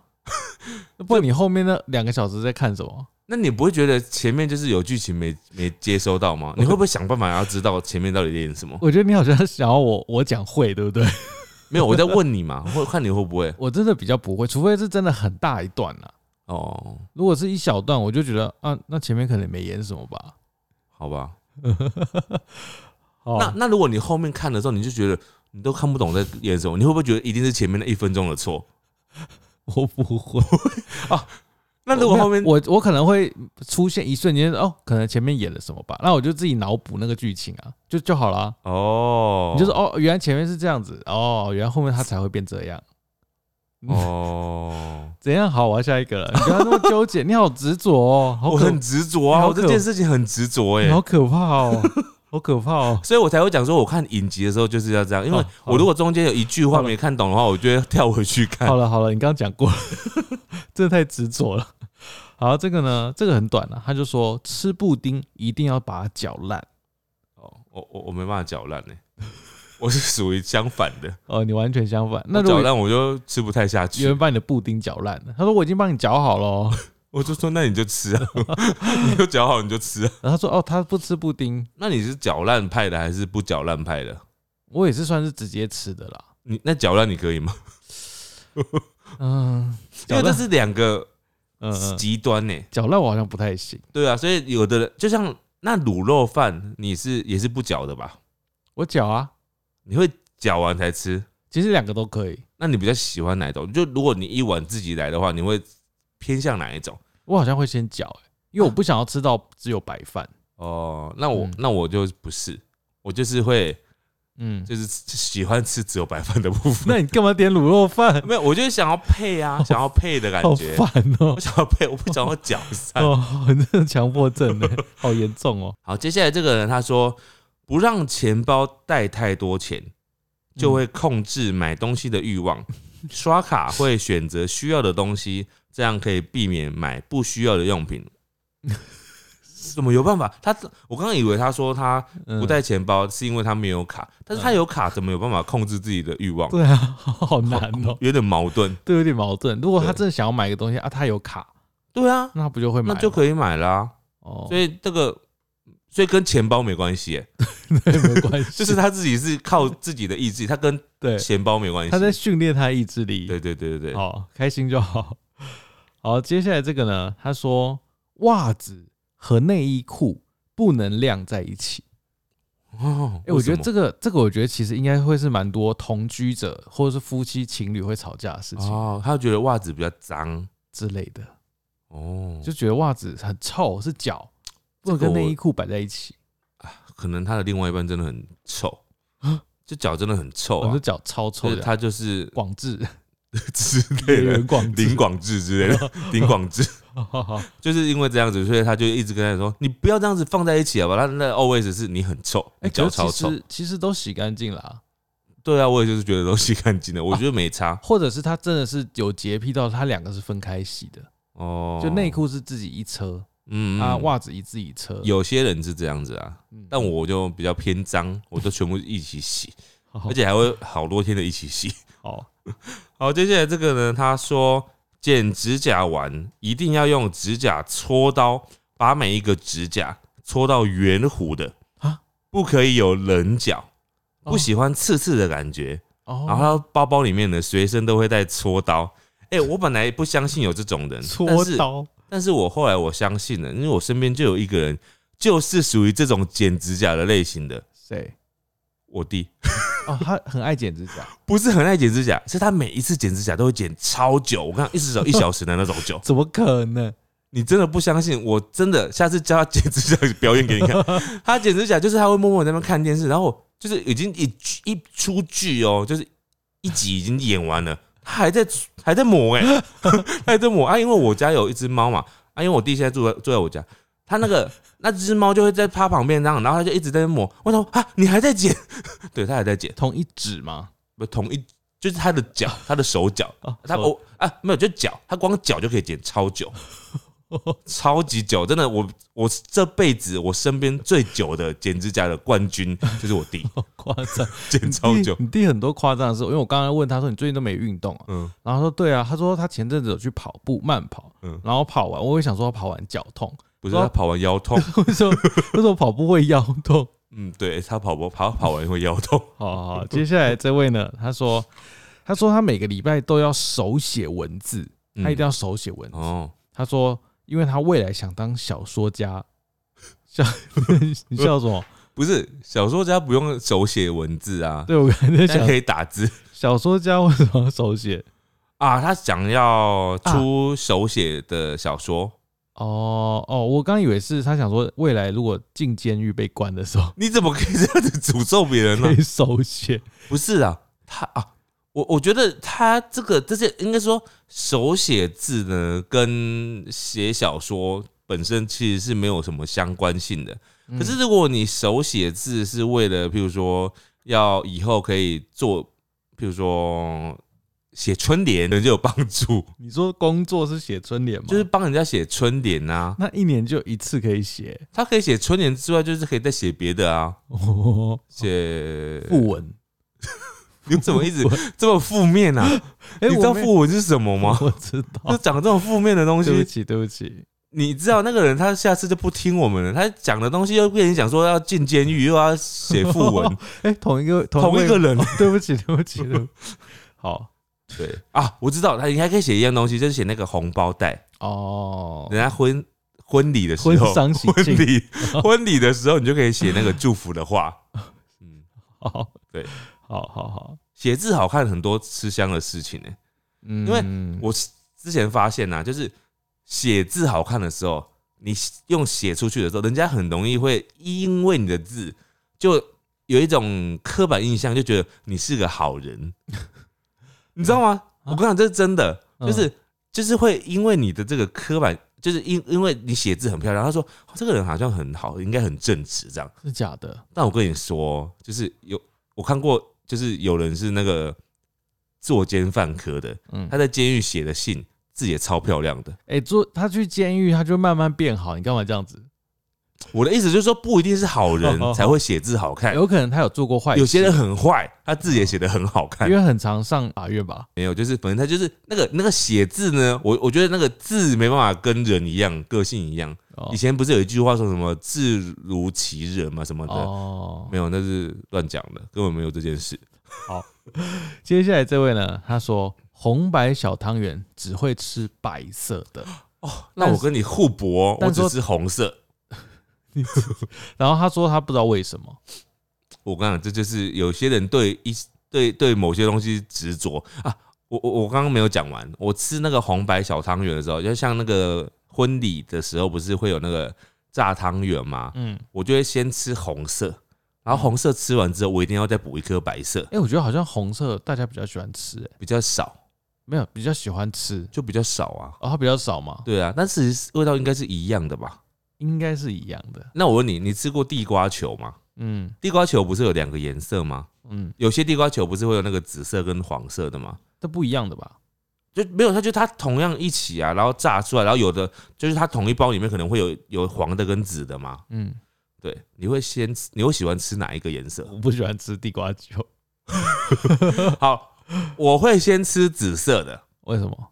[SPEAKER 1] 不然你后面那两个小时在看什么？
[SPEAKER 2] 那你不会觉得前面就是有剧情没没接收到 吗？你会不会想办法要知道前面到底在演什么？
[SPEAKER 1] 我觉得你好像想要我我讲会，对不对？
[SPEAKER 2] 没有，我在问你嘛，或看你会不会
[SPEAKER 1] 我真的比较不会，除非是真的很大一段啊。
[SPEAKER 2] 哦。
[SPEAKER 1] 如果是一小段，我就觉得啊，那前面可能没演什么吧。
[SPEAKER 2] 好吧，
[SPEAKER 1] 哦
[SPEAKER 2] 那那如果你后面看的时候，你就觉得你都看不懂在演什么，你会不会觉得一定是前面那一分钟的错？
[SPEAKER 1] 我不 会。
[SPEAKER 2] 那如果后面
[SPEAKER 1] 我我可能会出现一瞬间哦，可能前面演了什么吧，那我就自己脑补那个剧情啊，就就好啦。
[SPEAKER 2] 哦，
[SPEAKER 1] 你就是哦，原来前面是这样子，哦，原来后面他才会变这样。
[SPEAKER 2] 哦，
[SPEAKER 1] 怎样好？我要下一个了， 你不要那么纠结，你好执着哦，好
[SPEAKER 2] 我
[SPEAKER 1] 可
[SPEAKER 2] 很执着
[SPEAKER 1] 你
[SPEAKER 2] 啊，
[SPEAKER 1] 好
[SPEAKER 2] 我这
[SPEAKER 1] 可
[SPEAKER 2] 件事情很执着
[SPEAKER 1] 你
[SPEAKER 2] 哎
[SPEAKER 1] 好，可怕 哦，好可怕哦。
[SPEAKER 2] 所以我才会讲说，我看影集的时候就是要这样，因为
[SPEAKER 1] 哦好
[SPEAKER 2] 我如果中间有一句话
[SPEAKER 1] 好了
[SPEAKER 2] 没看懂的话，我就会跳回去
[SPEAKER 1] 好
[SPEAKER 2] 看。
[SPEAKER 1] 了好了，你刚刚讲过了， 真的太执着了。好，这个呢，这个很短了、啊他就说吃布丁一定要把它搅烂。
[SPEAKER 2] 哦， 我我我没办法搅烂哎，我是属于相反的，
[SPEAKER 1] 哦，你完全相反。那
[SPEAKER 2] 我
[SPEAKER 1] 如
[SPEAKER 2] 搅
[SPEAKER 1] 果
[SPEAKER 2] 烂我就吃不太下
[SPEAKER 1] 有
[SPEAKER 2] 去
[SPEAKER 1] 人，把你的布丁搅烂了，他说我已经帮你搅好了哦、
[SPEAKER 2] 我就说那你就吃啊， 你就搅好你就吃啊。
[SPEAKER 1] 然后他说哦，他不吃布丁，
[SPEAKER 2] 那你是搅烂派的还是不搅烂派的？
[SPEAKER 1] 我也是算是直接吃的啦。
[SPEAKER 2] 你那搅烂你可以 吗？
[SPEAKER 1] 嗯，搅
[SPEAKER 2] 因为这
[SPEAKER 1] 烂，
[SPEAKER 2] 是两个
[SPEAKER 1] 嗯嗯，
[SPEAKER 2] 极端呢、
[SPEAKER 1] 搅烂我好像不太行，
[SPEAKER 2] 对啊，所以有的人就像那卤肉饭，你是也是不搅的吧？
[SPEAKER 1] 我搅啊，
[SPEAKER 2] 你会搅完才吃，
[SPEAKER 1] 其实两个都可以，
[SPEAKER 2] 那你比较喜欢哪一种？就如果你一碗自己来的话，你会偏向哪一种？
[SPEAKER 1] 我好像会先搅、欸，因为我不想要吃到只有白饭。
[SPEAKER 2] 哦，那我、
[SPEAKER 1] 嗯
[SPEAKER 2] 那我就不是，我就是会
[SPEAKER 1] 嗯，
[SPEAKER 2] 就是喜欢吃只有白饭的部分。
[SPEAKER 1] 那你干嘛点卤肉饭？
[SPEAKER 2] 没有，我就是想要配啊，想要配的感
[SPEAKER 1] 好
[SPEAKER 2] 觉。
[SPEAKER 1] 烦哦
[SPEAKER 2] 我、想要配，我不想要搅散。
[SPEAKER 1] 哦，你真的强迫症呢，好严重哦。
[SPEAKER 2] 好，接下来这个人他说，不让钱包带太多钱，就会控制买东西的欲望，
[SPEAKER 1] 嗯
[SPEAKER 2] 刷卡会 选择需要的东西，这样可以避免买不需要的用品。怎么有办法？他我刚刚以为他说他
[SPEAKER 1] 嗯
[SPEAKER 2] 不带钱包是因为他没有卡，但是他有卡，怎么有办法控制自己的欲望？
[SPEAKER 1] 对啊，好难哦、
[SPEAKER 2] 有点矛盾。
[SPEAKER 1] 对，有点矛盾。如果他
[SPEAKER 2] 对
[SPEAKER 1] 真的想要买个东西啊，他有卡，
[SPEAKER 2] 对啊，
[SPEAKER 1] 那他不就会买
[SPEAKER 2] 那
[SPEAKER 1] 吗？
[SPEAKER 2] 就可以买啦。
[SPEAKER 1] 哦，
[SPEAKER 2] 所以这个，所以跟钱包没关系耶，
[SPEAKER 1] 对， 没关系，
[SPEAKER 2] 就是他自己是靠自己的意志，他跟
[SPEAKER 1] 对，
[SPEAKER 2] 钱包没关系
[SPEAKER 1] 他。在哦训练他的意志力。
[SPEAKER 2] 对对对对对，
[SPEAKER 1] 好，开心就好。 好，接下来这个呢？他说袜子和内衣裤不能晾在一起。
[SPEAKER 2] 哦
[SPEAKER 1] 哎、，我觉
[SPEAKER 2] 为
[SPEAKER 1] 得
[SPEAKER 2] 什
[SPEAKER 1] 这个这个，我觉得其实应该会是蛮多同居者或者是夫妻情侣会吵架的事
[SPEAKER 2] 么
[SPEAKER 1] 情
[SPEAKER 2] 哦，他觉得袜子比较脏
[SPEAKER 1] 之类的，
[SPEAKER 2] 哦，
[SPEAKER 1] 就觉得袜子很臭，是脚，不能
[SPEAKER 2] 这个
[SPEAKER 1] 跟
[SPEAKER 2] 我
[SPEAKER 1] 内衣裤摆在一起，
[SPEAKER 2] 可能他的另外一半真的很臭，就脚真的很臭
[SPEAKER 1] 我
[SPEAKER 2] 啊
[SPEAKER 1] 的，脚超啊哦臭
[SPEAKER 2] 所以
[SPEAKER 1] 的。
[SPEAKER 2] 他就是
[SPEAKER 1] 广志，
[SPEAKER 2] 之
[SPEAKER 1] 演
[SPEAKER 2] 类的
[SPEAKER 1] 员广志
[SPEAKER 2] 林，广志之 类的，林广志就是因为这样子，所以他就一直跟他说：“你不要这样子放在一起啊！”吧，他那 always 是你很臭，
[SPEAKER 1] 哎，
[SPEAKER 2] 你
[SPEAKER 1] 可是
[SPEAKER 2] 脚
[SPEAKER 1] 其
[SPEAKER 2] 超臭。
[SPEAKER 1] 实其实都洗干净了啊，
[SPEAKER 2] 对啊，我也就是觉得都洗干净了，我觉得没差
[SPEAKER 1] 或者是他真的是有洁癖到他两个是分开洗的，
[SPEAKER 2] 哦。
[SPEAKER 1] 就内，裤是自己一车，
[SPEAKER 2] 嗯
[SPEAKER 1] 啊，
[SPEAKER 2] 嗯
[SPEAKER 1] 袜子一自己车。
[SPEAKER 2] 有些人是这样子啊，
[SPEAKER 1] 嗯，
[SPEAKER 2] 但我就比较偏脏，我都全部一起洗，
[SPEAKER 1] 而
[SPEAKER 2] 而且还会好多天的一起洗。
[SPEAKER 1] 哦，
[SPEAKER 2] 好，接下来这个呢，他说剪指甲完一定要用指甲搓刀把每一个指甲搓到圆弧的
[SPEAKER 1] 啊
[SPEAKER 2] 不可以有棱角，
[SPEAKER 1] 哦
[SPEAKER 2] 不喜欢刺刺的感觉。然
[SPEAKER 1] 哦，
[SPEAKER 2] 后他包包里面呢，随身都会带搓刀。哎、我本来不相信有这种人，
[SPEAKER 1] 搓
[SPEAKER 2] 但是
[SPEAKER 1] 刀
[SPEAKER 2] 但是我后来我相信了，因为我身边就有一个人，就是属于这种剪指甲的类型的。
[SPEAKER 1] 谁？
[SPEAKER 2] 我弟
[SPEAKER 1] 哦，他很爱剪指 甲，
[SPEAKER 2] 不是很爱剪指甲，是他每一次剪指甲都会剪超久，我看一只手一小时的那种久。
[SPEAKER 1] 怎么可能？
[SPEAKER 2] 你真的不相信？我真的下次教他剪指甲表演给你看。他剪指甲就是他会默默在那边看电视，然后就是已经一一出剧哦，就是一集已经演完了，他还在还在抹哎、他 还在抹啊！因为我家有一只猫嘛，啊，因为我弟现在住在住在我家，他那个那只猫就会在趴旁边这样，然后他就一直在那抹。我想说啊，你还在剪？ 对他还在剪，
[SPEAKER 1] 同一指吗？
[SPEAKER 2] 不同一就是他的脚，他的手 脚，
[SPEAKER 1] 哦，
[SPEAKER 2] 他
[SPEAKER 1] 手
[SPEAKER 2] 我啊没有，就脚，他光脚就可以剪超 久，超级久，真的，我我这辈子我身边最久的剪指甲的冠军就是我 弟，
[SPEAKER 1] 好夸张，
[SPEAKER 2] 剪 超
[SPEAKER 1] 你弟
[SPEAKER 2] 久，
[SPEAKER 1] 你弟很多夸张的事，因为我刚刚问他说你最近都没运动啊，
[SPEAKER 2] 嗯，
[SPEAKER 1] 然后他说对啊，他说他前阵子有去跑步慢跑，
[SPEAKER 2] 嗯
[SPEAKER 1] 然后跑完，我也想说他跑完脚痛，
[SPEAKER 2] 不是他跑完腰痛，
[SPEAKER 1] 为什么为什么跑步会腰痛？
[SPEAKER 2] 嗯，对他跑步跑跑完会腰 痛，
[SPEAKER 1] 好好好，接下来这位呢，他说他说他每个礼拜都要手写文字，
[SPEAKER 2] 嗯
[SPEAKER 1] 他一定要手写文字。
[SPEAKER 2] 哦，
[SPEAKER 1] 他说，因为他未来想当小说家。 笑，你笑什 么？
[SPEAKER 2] 不是小说家不用手写文字啊，
[SPEAKER 1] 对我刚才在
[SPEAKER 2] 现在可
[SPEAKER 1] 想，
[SPEAKER 2] 以打字
[SPEAKER 1] 小说家为什么要手写？
[SPEAKER 2] 啊，他想要
[SPEAKER 1] 啊
[SPEAKER 2] 出手写的小说，
[SPEAKER 1] 哦哦，我刚以为是他想说，未来如果进监狱被关的时 候
[SPEAKER 2] 你怎么可以这样子诅咒别人呢
[SPEAKER 1] 可？以手写。
[SPEAKER 2] 不是啊，他啊，我我觉得他这个这些应该说手写字呢，跟写小说本身其实是没有什么相关性的。可
[SPEAKER 1] 嗯
[SPEAKER 2] 是如果你手写字是为了，譬如说要以后可以做，譬如说写春联，可能就有帮 助，
[SPEAKER 1] 你说工作是写春联吗？
[SPEAKER 2] 就是帮人家写春联啊。
[SPEAKER 1] 那一年就一次可以写
[SPEAKER 2] 他可以写春联之外，就是可以再写别的啊，
[SPEAKER 1] 哦，
[SPEAKER 2] 写
[SPEAKER 1] 副文。
[SPEAKER 2] 你怎么一直这么负面啊？
[SPEAKER 1] 哎，
[SPEAKER 2] 你知道
[SPEAKER 1] 我没
[SPEAKER 2] 副文是什么吗？
[SPEAKER 1] 我知
[SPEAKER 2] 就
[SPEAKER 1] 道。
[SPEAKER 2] 讲这种负面的东
[SPEAKER 1] 哦对不
[SPEAKER 2] 西，
[SPEAKER 1] 起，对不起。
[SPEAKER 2] 你知道那个人他下次就不听我们了。他讲的东西又变成讲说要进监狱，又要写副 文，
[SPEAKER 1] 哎，同一个
[SPEAKER 2] 同一个
[SPEAKER 1] 位
[SPEAKER 2] 人
[SPEAKER 1] 哦。 对不起，对不起，对不起。 好
[SPEAKER 2] 对啊，我知道他，你还可以写一样东西，就是写那个红包袋，
[SPEAKER 1] 哦，
[SPEAKER 2] 人家婚婚礼的时
[SPEAKER 1] 婚
[SPEAKER 2] 候，
[SPEAKER 1] 丧喜
[SPEAKER 2] 婚
[SPEAKER 1] 庆。
[SPEAKER 2] 礼婚礼的时候，你就可以写那个祝福 的话。嗯，
[SPEAKER 1] 好，
[SPEAKER 2] 对，
[SPEAKER 1] 好好好。
[SPEAKER 2] 写字好看很多吃香的事情呢、欸
[SPEAKER 1] 嗯，
[SPEAKER 2] 因我之前发现呐、就是写字好看的时候，你用写出去的时候，人家很容易会因为你的字就有一种刻板印象，就觉得你是个好人， 你知道吗？我跟你讲，这是真的，
[SPEAKER 1] 嗯
[SPEAKER 2] 就是就是会因为你的这个刻板，就是因因为你写字很漂亮，他说、哦这个人好像很好，应该很正直这样。
[SPEAKER 1] 是假的
[SPEAKER 2] 但我跟你说，哦就是有我看过，就是有人是那个作奸犯科的，
[SPEAKER 1] 嗯
[SPEAKER 2] 他，在监狱写的信字也超漂亮的。
[SPEAKER 1] 哎、做他去监狱，他就慢慢变好。你干嘛这样子？
[SPEAKER 2] 我的意思就是说，不一定是好人
[SPEAKER 1] 哦哦哦
[SPEAKER 2] 才会写字好看，
[SPEAKER 1] 有可能他有做过坏事，
[SPEAKER 2] 哎有些人很坏，他字也写的很好看
[SPEAKER 1] 因。为很常上法院吧，
[SPEAKER 2] 没有，就是反正他就是那个那个写字呢，我我觉得那个字没办法跟人一样，个性一样。
[SPEAKER 1] 哦
[SPEAKER 2] 以前不是有一句话说什么“字如其人”嘛什么的，
[SPEAKER 1] 哦，
[SPEAKER 2] 没有，那是乱讲的，根本没有这件事。
[SPEAKER 1] 接下来这位呢，他说红白小汤圆只会吃白色的，
[SPEAKER 2] 那
[SPEAKER 1] 但
[SPEAKER 2] 我
[SPEAKER 1] 是
[SPEAKER 2] 跟你互搏哦，我
[SPEAKER 1] 但
[SPEAKER 2] 只
[SPEAKER 1] 说
[SPEAKER 2] 吃红色。
[SPEAKER 1] 然后他说他不知道为什么，
[SPEAKER 2] 我跟你讲，这就是有些人对一对对某些东西执着啊。我我我刚刚没有讲完，我吃那个红白小汤圆的时候，就像那个婚礼的时候，不是会有那个炸汤圆吗？
[SPEAKER 1] 嗯，
[SPEAKER 2] 我就会先吃红色，然后红色吃完之后，我一定要再补一颗白色，
[SPEAKER 1] 哎、我觉得好像红色大家比较喜欢吃、哎，
[SPEAKER 2] 比较少，
[SPEAKER 1] 没有比较喜欢吃，
[SPEAKER 2] 就比较少啊。
[SPEAKER 1] 哦，它比较少嘛，
[SPEAKER 2] 对啊，但其实味道应该是一样的吧？
[SPEAKER 1] 应该是一样的，
[SPEAKER 2] 那我问你，你吃过地瓜球吗？
[SPEAKER 1] 嗯
[SPEAKER 2] 地瓜球不是有两个颜色吗？
[SPEAKER 1] 嗯，
[SPEAKER 2] 有些地瓜球不是会有那个紫色跟黄色的吗？
[SPEAKER 1] 这不一样的吧？
[SPEAKER 2] 就没有，它就它同样一起啊，然后炸出来，然后有的就是它同一包里面可能会有有黄的跟紫的嘛。
[SPEAKER 1] 嗯，
[SPEAKER 2] 对，你会先吃，你会喜欢吃哪一个颜 色？
[SPEAKER 1] 我不喜欢吃地瓜球，
[SPEAKER 2] 好，我会先吃紫色的，
[SPEAKER 1] 为什么？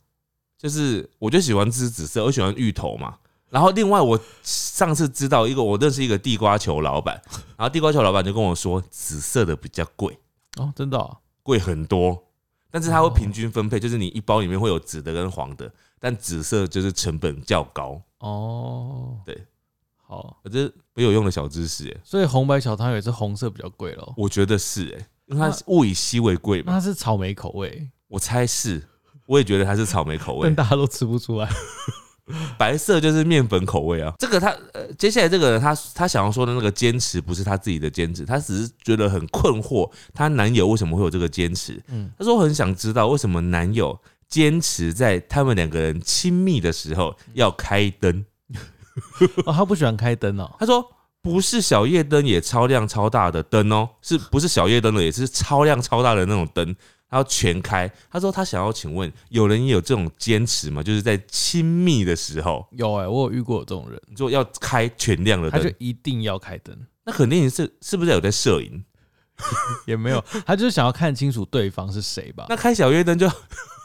[SPEAKER 2] 就是我就喜欢吃紫色，我喜欢芋头嘛。然后另外我上次知道一个，我认识一个地瓜球老板，然后地瓜球老板就跟我说，紫色的比较贵，
[SPEAKER 1] 哦，真的、哦，
[SPEAKER 2] 贵很多，但是它会
[SPEAKER 1] 哦
[SPEAKER 2] 平均分配，就是你一包里面会有紫的跟黄的，但紫色就是成本较高。
[SPEAKER 1] 哦，
[SPEAKER 2] 对，
[SPEAKER 1] 好，
[SPEAKER 2] 我这没有用的小知识、欸，
[SPEAKER 1] 所以红白小汤圆是红色比较贵咯。
[SPEAKER 2] 我觉得是哎、因为它
[SPEAKER 1] 那
[SPEAKER 2] 是物以稀为贵
[SPEAKER 1] 那
[SPEAKER 2] 嘛，
[SPEAKER 1] 它是草莓口味，
[SPEAKER 2] 我猜是，我也觉得它是草莓口味
[SPEAKER 1] 但，大家都吃不出来。
[SPEAKER 2] 白色就是面粉口味啊。这个他呃，接下来这个人他他想要说的那个坚持不是他自己的坚持，他只是觉得很困惑，她男友为什么会有这个坚持？
[SPEAKER 1] 嗯
[SPEAKER 2] 他说很想知道为什么男友坚持在他们两个人亲密的时候要开灯。
[SPEAKER 1] 哦，他不喜欢开灯哦。
[SPEAKER 2] 他说不是小夜灯，也超亮超大的灯哦，是不是小夜灯了？也是超亮超大的那种灯，他要全开。他说他想要请问，有人也有这种坚持吗？就是在亲密的时候，
[SPEAKER 1] 有哎、我有遇过有这种人，
[SPEAKER 2] 你说要开全亮的
[SPEAKER 1] 他就
[SPEAKER 2] 灯，
[SPEAKER 1] 一定要开灯，
[SPEAKER 2] 那肯定是是不是有在摄影？
[SPEAKER 1] 也没有，他就是想要看清楚对方是谁吧
[SPEAKER 2] 那。开小夜灯就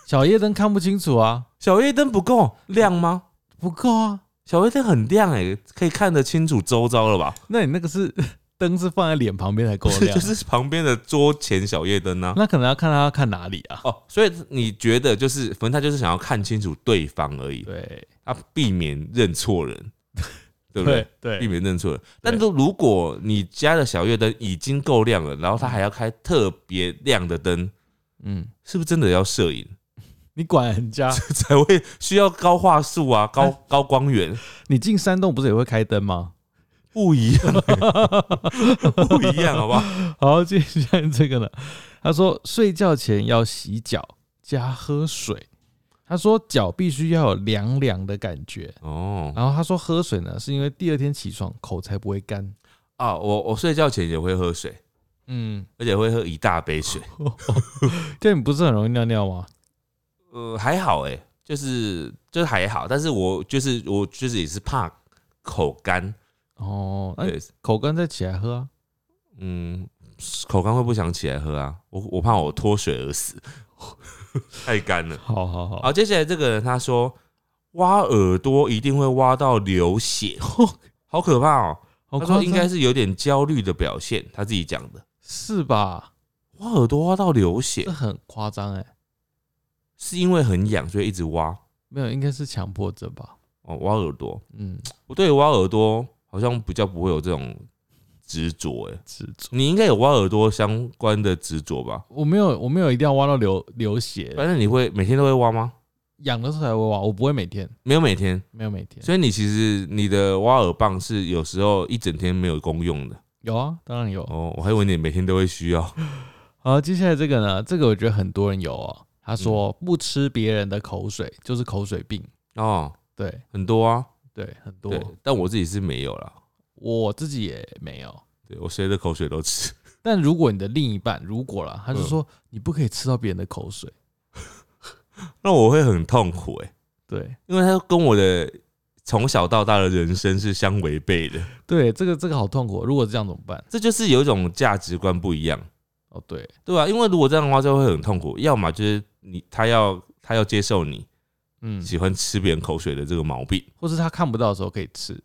[SPEAKER 1] 小夜灯看不清楚啊，
[SPEAKER 2] 小夜灯不够亮吗？
[SPEAKER 1] 不够啊。
[SPEAKER 2] 小夜灯很亮哎、可以看得清楚周遭 了吧？
[SPEAKER 1] 那你那个是灯是放在脸旁边才够
[SPEAKER 2] 不是，
[SPEAKER 1] 亮，
[SPEAKER 2] 就是旁边的桌前小夜灯呢、
[SPEAKER 1] 那可能要看他要看哪里啊。
[SPEAKER 2] 哦，所以你觉得就是，反正他就是想要看清楚对方而已。
[SPEAKER 1] 对
[SPEAKER 2] 啊，避免认错 人，对不对？避
[SPEAKER 1] 对，
[SPEAKER 2] 免认错人。但是如果你家的小夜灯已经够亮了，然后它还要开特别亮的灯，
[SPEAKER 1] 嗯，
[SPEAKER 2] 是不是真的要摄影
[SPEAKER 1] 你管人家，
[SPEAKER 2] 才会需要高画素啊、高高光源？
[SPEAKER 1] 你进山洞不是也会开灯吗？
[SPEAKER 2] 不一样、 欸不一样，好不好？
[SPEAKER 1] 好，接下来这个呢，他说睡觉前要洗脚加喝水，他说脚必须要有凉凉的感觉，
[SPEAKER 2] 哦
[SPEAKER 1] 然后他说喝水呢是因为第二天起床口才不会干，
[SPEAKER 2] 啊，我我睡觉前也会喝水，
[SPEAKER 1] 嗯，
[SPEAKER 2] 而且会喝一大杯水。
[SPEAKER 1] 这样你不是很容易尿尿吗？
[SPEAKER 2] 呃，还好哎、就是就是还好，但是我就是我就是也是怕口干，
[SPEAKER 1] 哦，那、
[SPEAKER 2] 对，
[SPEAKER 1] 口干再起来喝啊，
[SPEAKER 2] 嗯，口干会不想起来喝啊，我我怕我脱水而死， 太干了。
[SPEAKER 1] 好好 好，
[SPEAKER 2] 好，接下来这个人他说挖耳朵一定会挖到流血，好可怕哦、
[SPEAKER 1] 好
[SPEAKER 2] 他
[SPEAKER 1] 夸
[SPEAKER 2] 说
[SPEAKER 1] 张
[SPEAKER 2] 应该是有点焦虑的表现，他自己讲的。
[SPEAKER 1] 是吧？
[SPEAKER 2] 挖耳朵挖到流
[SPEAKER 1] 这
[SPEAKER 2] 血
[SPEAKER 1] 很夸张哎，
[SPEAKER 2] 是因为很痒，所以一直挖
[SPEAKER 1] 没有，应该是强迫症吧？
[SPEAKER 2] 哦，挖耳朵。
[SPEAKER 1] 嗯，
[SPEAKER 2] 我对挖耳朵好像比较不会有这种执着哎，
[SPEAKER 1] 执着。
[SPEAKER 2] 你应该有挖耳朵相关的执着吧？
[SPEAKER 1] 我没有，我没有一定要挖到流流血，
[SPEAKER 2] 反正你会每天都会挖吗？
[SPEAKER 1] 痒的时候才会挖，我不会每天，
[SPEAKER 2] 没有每天。
[SPEAKER 1] 没有每天。
[SPEAKER 2] 所以你其实你的挖耳棒是有时候一整天没有功用的
[SPEAKER 1] 有啊，当然有。
[SPEAKER 2] 哦，我还以为你每天都会需要。
[SPEAKER 1] 好，接下来这个呢，这个我觉得很多人有哦。他说
[SPEAKER 2] 嗯
[SPEAKER 1] 不吃别人的口水就是口水病，
[SPEAKER 2] 哦，
[SPEAKER 1] 对
[SPEAKER 2] 很多啊，
[SPEAKER 1] 对，很多
[SPEAKER 2] 对。，但我自己是没有啦，
[SPEAKER 1] 我自己也没有。
[SPEAKER 2] 对我谁的口水都吃，
[SPEAKER 1] 但如果你的另一半如果啦，
[SPEAKER 2] 嗯
[SPEAKER 1] 他就说你不可以吃到别人的口水，
[SPEAKER 2] 那我会很痛苦哎、
[SPEAKER 1] 对，
[SPEAKER 2] 因为它跟我的从小到大的人生是相违背的，
[SPEAKER 1] 对，这个这个好痛苦。如果这样怎么办？
[SPEAKER 2] 这就是有一种价值观不一样，
[SPEAKER 1] 哦，对，
[SPEAKER 2] 对啊吧、因为如果这样的话，就会很痛苦。要么就是你他要他要接受你
[SPEAKER 1] 嗯，
[SPEAKER 2] 喜欢吃别人口水的这个毛病，
[SPEAKER 1] 或是他看不到的时候可以 吃，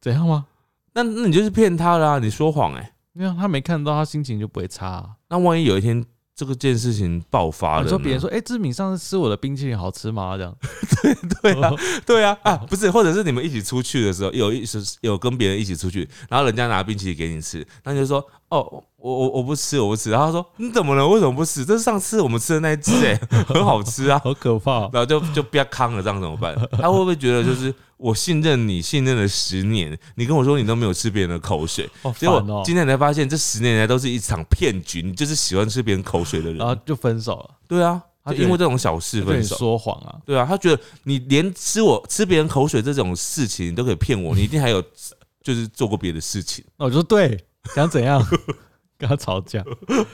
[SPEAKER 1] 怎样吗？
[SPEAKER 2] 那那你就是骗他啦、你说谎哎、
[SPEAKER 1] 因为他没看到，他心情就不会差啊、
[SPEAKER 2] 那万一有一天这个件事情爆发了呢，
[SPEAKER 1] 你说别人说，哎、志敏上次吃我的冰淇淋好吃吗？这样，
[SPEAKER 2] 对啊，
[SPEAKER 1] 哦
[SPEAKER 2] 对啊，啊，不是，或者是你们一起出去的时候，有一是有跟别人一起出去，然后人家拿冰淇淋给你吃，那你就说，哦，我我我不吃，我不吃。然后他说你怎么了？为什么不吃？这是上次我们吃的那一只、欸， 哎，很 好吃啊。
[SPEAKER 1] 好可怕、
[SPEAKER 2] 然后就就不要康了，这样怎么办？他会不会觉得就是我信任你，信任了十年，你跟我说你都没有吃别人的口水，
[SPEAKER 1] 好
[SPEAKER 2] 结
[SPEAKER 1] 烦
[SPEAKER 2] 果
[SPEAKER 1] 哦、
[SPEAKER 2] 今天才发现这十年来都是一场骗局，你就是喜欢吃别人口水的
[SPEAKER 1] 然后
[SPEAKER 2] 人。
[SPEAKER 1] 就分手了，
[SPEAKER 2] 对啊，
[SPEAKER 1] 他
[SPEAKER 2] 就
[SPEAKER 1] 觉
[SPEAKER 2] 因为
[SPEAKER 1] 得
[SPEAKER 2] 这种小事
[SPEAKER 1] 就啊对
[SPEAKER 2] 分
[SPEAKER 1] 你
[SPEAKER 2] 手。
[SPEAKER 1] 说谎啊，
[SPEAKER 2] 对啊，他觉得你连吃我吃别人口水这种事情你都可以骗我，你一定还有 就是做过别的事情。
[SPEAKER 1] 那我就说对，想怎样 跟他吵架，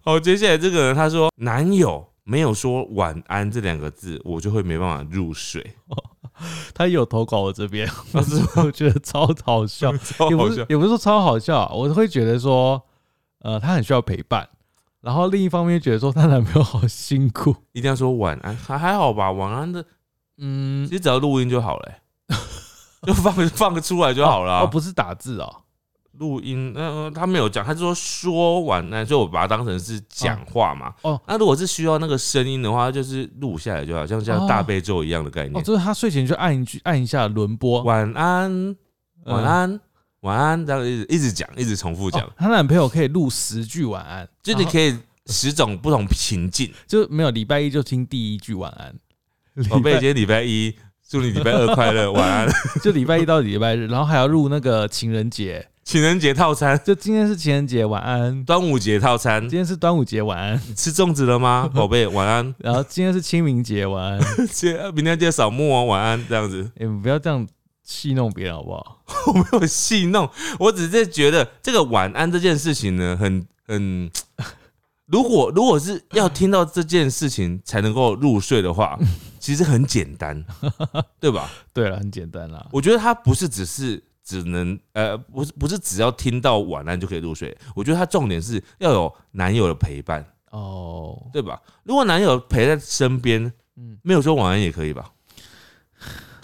[SPEAKER 2] 好，接下来这个人他说男友没有说晚安这两个字，我就会没办法入睡，
[SPEAKER 1] 他也有投稿我这边， 我是我觉得超好笑，
[SPEAKER 2] 超
[SPEAKER 1] 也
[SPEAKER 2] 好
[SPEAKER 1] 不
[SPEAKER 2] 笑
[SPEAKER 1] 是。也不是说超好笑啊、我会觉得说，呃，他很需要陪伴，然后另一方面觉得说她男朋友好辛苦，
[SPEAKER 2] 一定要说晚安，还还好吧？晚安的，
[SPEAKER 1] 嗯
[SPEAKER 2] 其，实只要录音就好了、 欸就放放个出来就好了、啊
[SPEAKER 1] 哦，不是打字哦，
[SPEAKER 2] 录音，嗯、呃，他没有讲，他就说说晚安，所以我把它当成是讲话嘛。
[SPEAKER 1] 哦哦
[SPEAKER 2] 那如果是需要那个声音的话，它就是录下来就好，像像
[SPEAKER 1] 哦
[SPEAKER 2] 大悲咒一样的概念。
[SPEAKER 1] 哦，就是他睡前就按一句，按一下轮播，
[SPEAKER 2] 嗯晚安，
[SPEAKER 1] 哦嗯
[SPEAKER 2] 晚安，晚安，这样一直一直讲，一直重复讲，
[SPEAKER 1] 哦她男朋友可以录十句晚安，
[SPEAKER 2] 就你
[SPEAKER 1] 然后
[SPEAKER 2] 可以十种不同情境。
[SPEAKER 1] 就没有礼拜一就听第一句晚安，
[SPEAKER 2] 宝贝，
[SPEAKER 1] 礼
[SPEAKER 2] 今天礼拜一，祝你礼拜二 快乐，晚安。
[SPEAKER 1] 拜就礼拜一到礼拜日，然后还要录那个情人节，
[SPEAKER 2] 情人节套餐，
[SPEAKER 1] 就今天是情人节晚安，
[SPEAKER 2] 端午节套餐
[SPEAKER 1] 今，天是端午节晚安，
[SPEAKER 2] 你吃粽子 了吗？宝贝，晚安。
[SPEAKER 1] 然后今天是清明节晚安，
[SPEAKER 2] 接明天记得扫墓哦，晚安。这样子，
[SPEAKER 1] 你们不要这样戏弄别人好不好？
[SPEAKER 2] 我没有戏弄，我只是觉得这个晚安这件事情呢，很很。如果如果是要听到这件事情才能够入睡 的话，其实很简单，对吧？
[SPEAKER 1] 对了，很简单啦，
[SPEAKER 2] 我觉得他不是只是只能呃，不是不是只要听到晚安就可以入睡。我觉得他重点是要有男友的陪伴，
[SPEAKER 1] 哦，
[SPEAKER 2] 对吧？如果男友陪在身边，
[SPEAKER 1] 嗯
[SPEAKER 2] 没有说晚安也可以吧？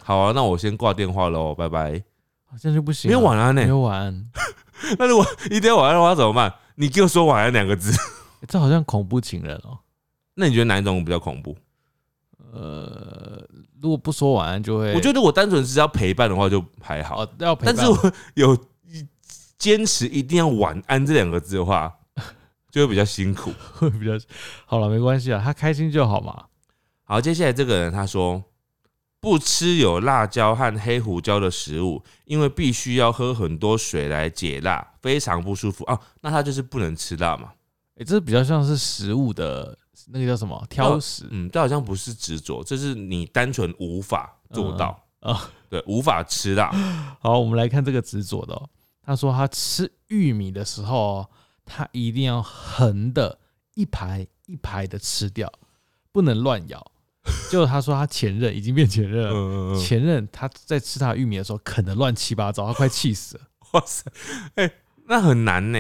[SPEAKER 2] 好啊，那我先挂电话喽，拜拜。
[SPEAKER 1] 好像就不行
[SPEAKER 2] 没
[SPEAKER 1] 啊，
[SPEAKER 2] 有晚安呢、欸
[SPEAKER 1] 没有晚安，
[SPEAKER 2] 那如果一定要晚安的话怎么办？你给我说晚安两个字，
[SPEAKER 1] 欸这好像恐怖情人哦。
[SPEAKER 2] 那你觉得哪一种比较恐怖？
[SPEAKER 1] 呃，如果不说晚安就会，
[SPEAKER 2] 我觉得如果单纯是要陪伴的话就还好，
[SPEAKER 1] 哦要陪
[SPEAKER 2] 但
[SPEAKER 1] 伴，
[SPEAKER 2] 是我有坚持一定要晚安这两个字的话，就会比较辛苦。
[SPEAKER 1] 会比较好了，没关系啊，他开心就好嘛。
[SPEAKER 2] 好，接下来这个人他说不吃有辣椒和黑胡椒的食物，因为必须要喝很多水来解辣，非常不舒服啊。那他就是不能吃辣嘛？
[SPEAKER 1] 哎、这比较像是食物的那个叫什么挑食
[SPEAKER 2] 嗯，这好像不是执着，这是你单纯无法做到
[SPEAKER 1] 嗯
[SPEAKER 2] 啊
[SPEAKER 1] 啊。
[SPEAKER 2] 对，无法吃辣，
[SPEAKER 1] 好，我们来看这个执着的、哦，他说他吃玉米的时候哦、他一定要横的一排一排的吃掉，不能乱咬。就他说他前任已经变前任了，
[SPEAKER 2] 嗯，
[SPEAKER 1] 前任他在吃他的玉米的时候啃的乱七八糟，他快气死了。
[SPEAKER 2] 哇塞，哎、那很难呢、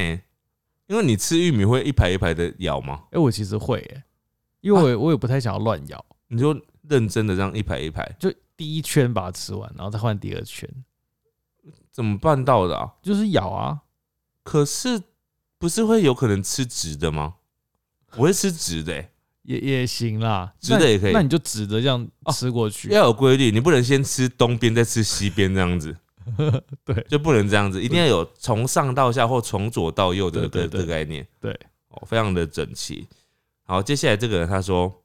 [SPEAKER 2] 因为你吃玉米会一排一排的咬吗？
[SPEAKER 1] 哎、我其实会、耶，因为我也、
[SPEAKER 2] 啊
[SPEAKER 1] 我也不太想要乱咬，
[SPEAKER 2] 你就认真的这样一排一排，
[SPEAKER 1] 就第一圈把它吃完，然后再换第二圈，
[SPEAKER 2] 怎么办到的啊？
[SPEAKER 1] 就是咬啊。
[SPEAKER 2] 可是不是会有可能吃直的吗？我会吃直的、欸，
[SPEAKER 1] 也也行啦，
[SPEAKER 2] 直的
[SPEAKER 1] 那
[SPEAKER 2] 也可以
[SPEAKER 1] 那你就直着这样
[SPEAKER 2] 哦
[SPEAKER 1] 吃过去。
[SPEAKER 2] 要有规律，你不能先吃东边再吃西边这样子，
[SPEAKER 1] 对
[SPEAKER 2] 就不能这样子，一定要有从上到下或从左到右
[SPEAKER 1] 对
[SPEAKER 2] 的的
[SPEAKER 1] 对对
[SPEAKER 2] 的概念。
[SPEAKER 1] 对，
[SPEAKER 2] 哦，非常的整齐。好，接下来这个人他说，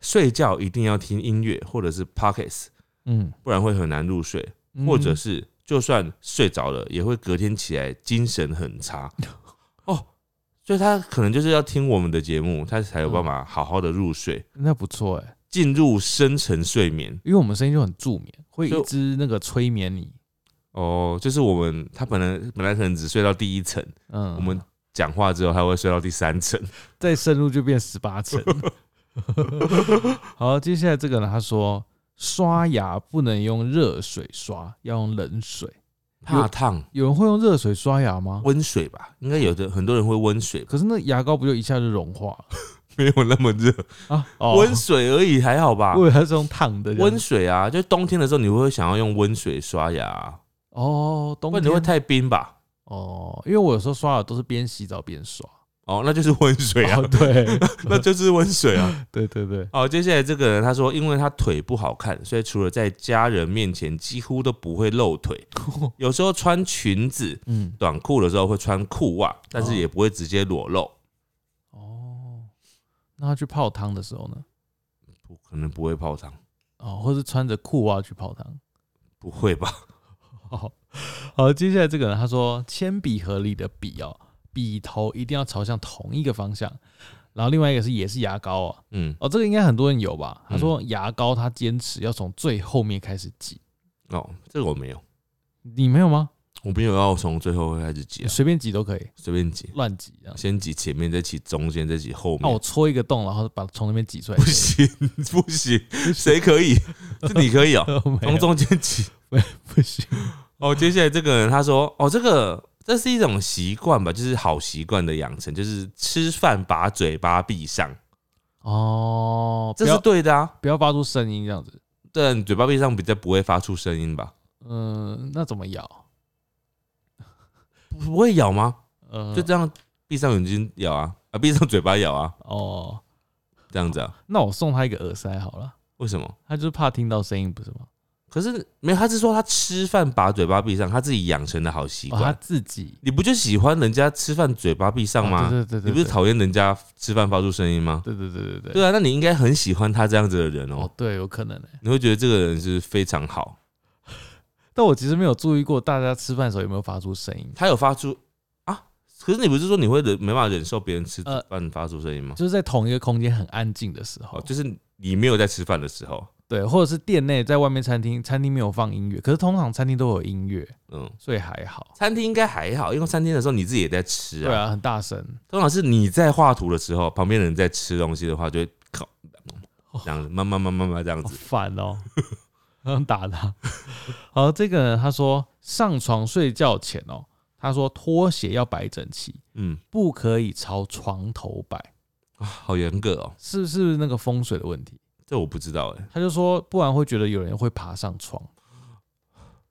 [SPEAKER 2] 睡觉一定要听音乐或者是 pockets，
[SPEAKER 1] 嗯，
[SPEAKER 2] 不然会很难入睡，
[SPEAKER 1] 嗯
[SPEAKER 2] 或者是就算睡着了，也会隔天起来精神很 差。哦，所以他可能就是要听我们的节目，他才有办法好好的入睡，
[SPEAKER 1] 那不错哎、
[SPEAKER 2] 进入深层睡眠。
[SPEAKER 1] 因为我们声音就很助眠，会
[SPEAKER 2] 就
[SPEAKER 1] 一直那个催眠你。
[SPEAKER 2] 哦，就是我们他本来本来可能只睡到第一层，
[SPEAKER 1] 嗯，
[SPEAKER 2] 我们讲话之后他会睡到第三层。
[SPEAKER 1] 再深入就变十八层。好，接下来这个呢，他说刷牙不能用热水刷，要用冷水。
[SPEAKER 2] 怕烫，
[SPEAKER 1] 有人会用热水刷牙吗？
[SPEAKER 2] 温水吧，应该有的很多人会温水吧，
[SPEAKER 1] 可是那牙膏不就一下就融化了
[SPEAKER 2] 没有那么热，
[SPEAKER 1] 啊？哦
[SPEAKER 2] 温、水而已，还好吧
[SPEAKER 1] 我。以为它是用烫的这样
[SPEAKER 2] 温水啊，就冬天的时候，你会想要用温水刷牙啊、
[SPEAKER 1] 哦，冬
[SPEAKER 2] 不然你
[SPEAKER 1] 天
[SPEAKER 2] 会太冰吧？
[SPEAKER 1] 哦，因为我有时候刷牙都是边洗澡边 刷。
[SPEAKER 2] 哦，那就是温水啊，
[SPEAKER 1] 哦，对
[SPEAKER 2] 那就是温水啊。
[SPEAKER 1] 对对对，
[SPEAKER 2] 哦，接下来这个人他说，因为他腿不好看，所以除了在家人面前，几乎都不会露 腿。有时候穿裙子、
[SPEAKER 1] 嗯，
[SPEAKER 2] 短裤的时候会穿裤袜，但
[SPEAKER 1] 哦
[SPEAKER 2] 是也不会直接裸露，
[SPEAKER 1] 哦，那他去泡汤的时候呢？
[SPEAKER 2] 不可能不会泡汤，
[SPEAKER 1] 哦，或是穿着裤袜去泡汤。
[SPEAKER 2] 不会吧？
[SPEAKER 1] 好，好，接下来这个人他说，铅笔盒里的笔哦，笔头一定要朝向同一个方向。然后另外一个是也是牙膏哦，
[SPEAKER 2] 嗯，
[SPEAKER 1] 哦，这个应该很多人有吧？他
[SPEAKER 2] 嗯
[SPEAKER 1] 说牙膏他坚持要从最后面开始挤，
[SPEAKER 2] 哦，这个我没有，
[SPEAKER 1] 你没有吗？
[SPEAKER 2] 我没有要从最后开始挤、啊，
[SPEAKER 1] 随便挤都可以，
[SPEAKER 2] 随便挤，
[SPEAKER 1] 乱挤这样。
[SPEAKER 2] 先挤前面，再挤中间，再挤后
[SPEAKER 1] 那我
[SPEAKER 2] 面。
[SPEAKER 1] 戳一个洞，然后把从那边挤出来
[SPEAKER 2] 哦不。行，不行， 谁可以？是你可以哦、
[SPEAKER 1] 没
[SPEAKER 2] 从
[SPEAKER 1] 有，
[SPEAKER 2] 中间挤。
[SPEAKER 1] 不行。
[SPEAKER 2] 哦，接下来这个人他说，哦，这个这是一种习惯吧，就是好习惯的养成，就是吃饭把嘴巴闭上，
[SPEAKER 1] 哦，
[SPEAKER 2] 这
[SPEAKER 1] 不
[SPEAKER 2] 是
[SPEAKER 1] 要
[SPEAKER 2] 对的啊。
[SPEAKER 1] 不要发出声音这样子。
[SPEAKER 2] 但嘴巴闭上比较不会发出声音吧？
[SPEAKER 1] 嗯，那怎么咬？
[SPEAKER 2] 不不会咬吗？
[SPEAKER 1] 嗯，
[SPEAKER 2] 就这样闭上眼睛咬啊，啊，闭上嘴巴咬啊，
[SPEAKER 1] 哦。
[SPEAKER 2] 这样子啊？
[SPEAKER 1] 那我送他一个耳塞好了，
[SPEAKER 2] 为什么？
[SPEAKER 1] 他就是怕听到声音，不是吗？
[SPEAKER 2] 可是没有，他是说他吃饭把嘴巴闭上，他自己养成的好习
[SPEAKER 1] 哦，他
[SPEAKER 2] 惯。
[SPEAKER 1] 自己
[SPEAKER 2] 你不就喜欢人家吃饭嘴巴闭上
[SPEAKER 1] 哦
[SPEAKER 2] 吗？
[SPEAKER 1] 对对对对，
[SPEAKER 2] 你不是
[SPEAKER 1] 对
[SPEAKER 2] 讨厌人家吃饭发出声音吗？
[SPEAKER 1] 对对对对对
[SPEAKER 2] 对啊，那你应该很喜欢他这样子的人哦
[SPEAKER 1] 哦，，对，有可能诶。
[SPEAKER 2] 你会觉得这个人是非常好。
[SPEAKER 1] 但我其实没有注意过大家吃饭的时候有没有发出声音，
[SPEAKER 2] 他有发出啊，可是你不是说你会忍没办法忍受别人吃
[SPEAKER 1] 呃
[SPEAKER 2] 饭发出声音吗？
[SPEAKER 1] 就是在同一个空间很安静的时候
[SPEAKER 2] 哦，，就是你没有在吃饭的时候，
[SPEAKER 1] 对，或者是店内在外面餐厅，餐厅没有放音乐，可是通常餐厅都有音乐，
[SPEAKER 2] 嗯，
[SPEAKER 1] 所以还好。
[SPEAKER 2] 餐厅应该还好，因为餐厅的时候你自己也在吃
[SPEAKER 1] 对
[SPEAKER 2] 啊。
[SPEAKER 1] 啊，很大声，
[SPEAKER 2] 通常是你在画图的时候，旁边的人在吃东西的话，就会靠这样子，慢慢慢慢慢这样
[SPEAKER 1] 好
[SPEAKER 2] 子。
[SPEAKER 1] 烦哦，很想打他。好，这个人他说上床睡觉前哦，他说拖鞋要摆整齐，
[SPEAKER 2] 嗯
[SPEAKER 1] 不可以朝床头摆，
[SPEAKER 2] 啊，好严格哦，
[SPEAKER 1] 是不是那个风水的问题？
[SPEAKER 2] 这我不知道哎。
[SPEAKER 1] 他就说，不然会觉得有人会爬上床。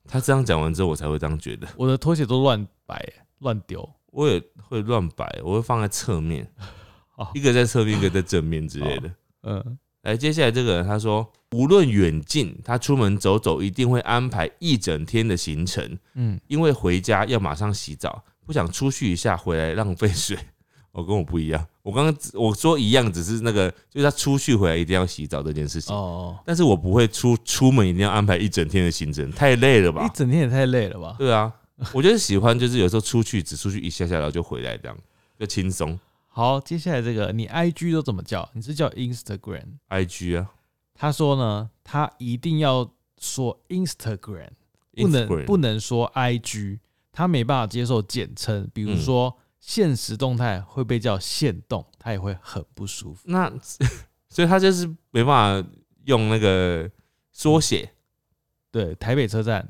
[SPEAKER 2] 他这样讲完之后，我才会这样觉得。
[SPEAKER 1] 我的拖鞋都乱摆乱丢，
[SPEAKER 2] 我也会乱摆，我会放在侧 面
[SPEAKER 1] 好，
[SPEAKER 2] 一个在侧面，一个在正面之类的。
[SPEAKER 1] 嗯，
[SPEAKER 2] 来，接下来这个人他说，无论远近，他出门走走一定会安排一整天的行程，
[SPEAKER 1] 嗯，
[SPEAKER 2] 因为回家要马上洗澡，不想出去一下回来浪费水。 我、跟我不一样，我刚刚只我说一样，只是那个就是他出去回来一定要洗澡这件事情，
[SPEAKER 1] 哦，
[SPEAKER 2] 但是我不会出出门一定要安排一整天的行程，太累了
[SPEAKER 1] 一
[SPEAKER 2] 吧？
[SPEAKER 1] 整天也太累了吧？
[SPEAKER 2] 对啊，我就是喜欢就是有时候出去只出去一下下，然后就回来这样，就轻松。
[SPEAKER 1] 好，接下来这个你 IG 都怎么叫？你是叫 Instagram？
[SPEAKER 2] I G 啊，
[SPEAKER 1] 他说呢，他一定要说 Instagram，不能
[SPEAKER 2] Instagram 啊
[SPEAKER 1] 不能说 IG，他没办法接受简称，比如说现实动态会被叫现动，他也会很不舒服。
[SPEAKER 2] 那 所以他就是没办法用那个缩写，
[SPEAKER 1] 对，台北车站，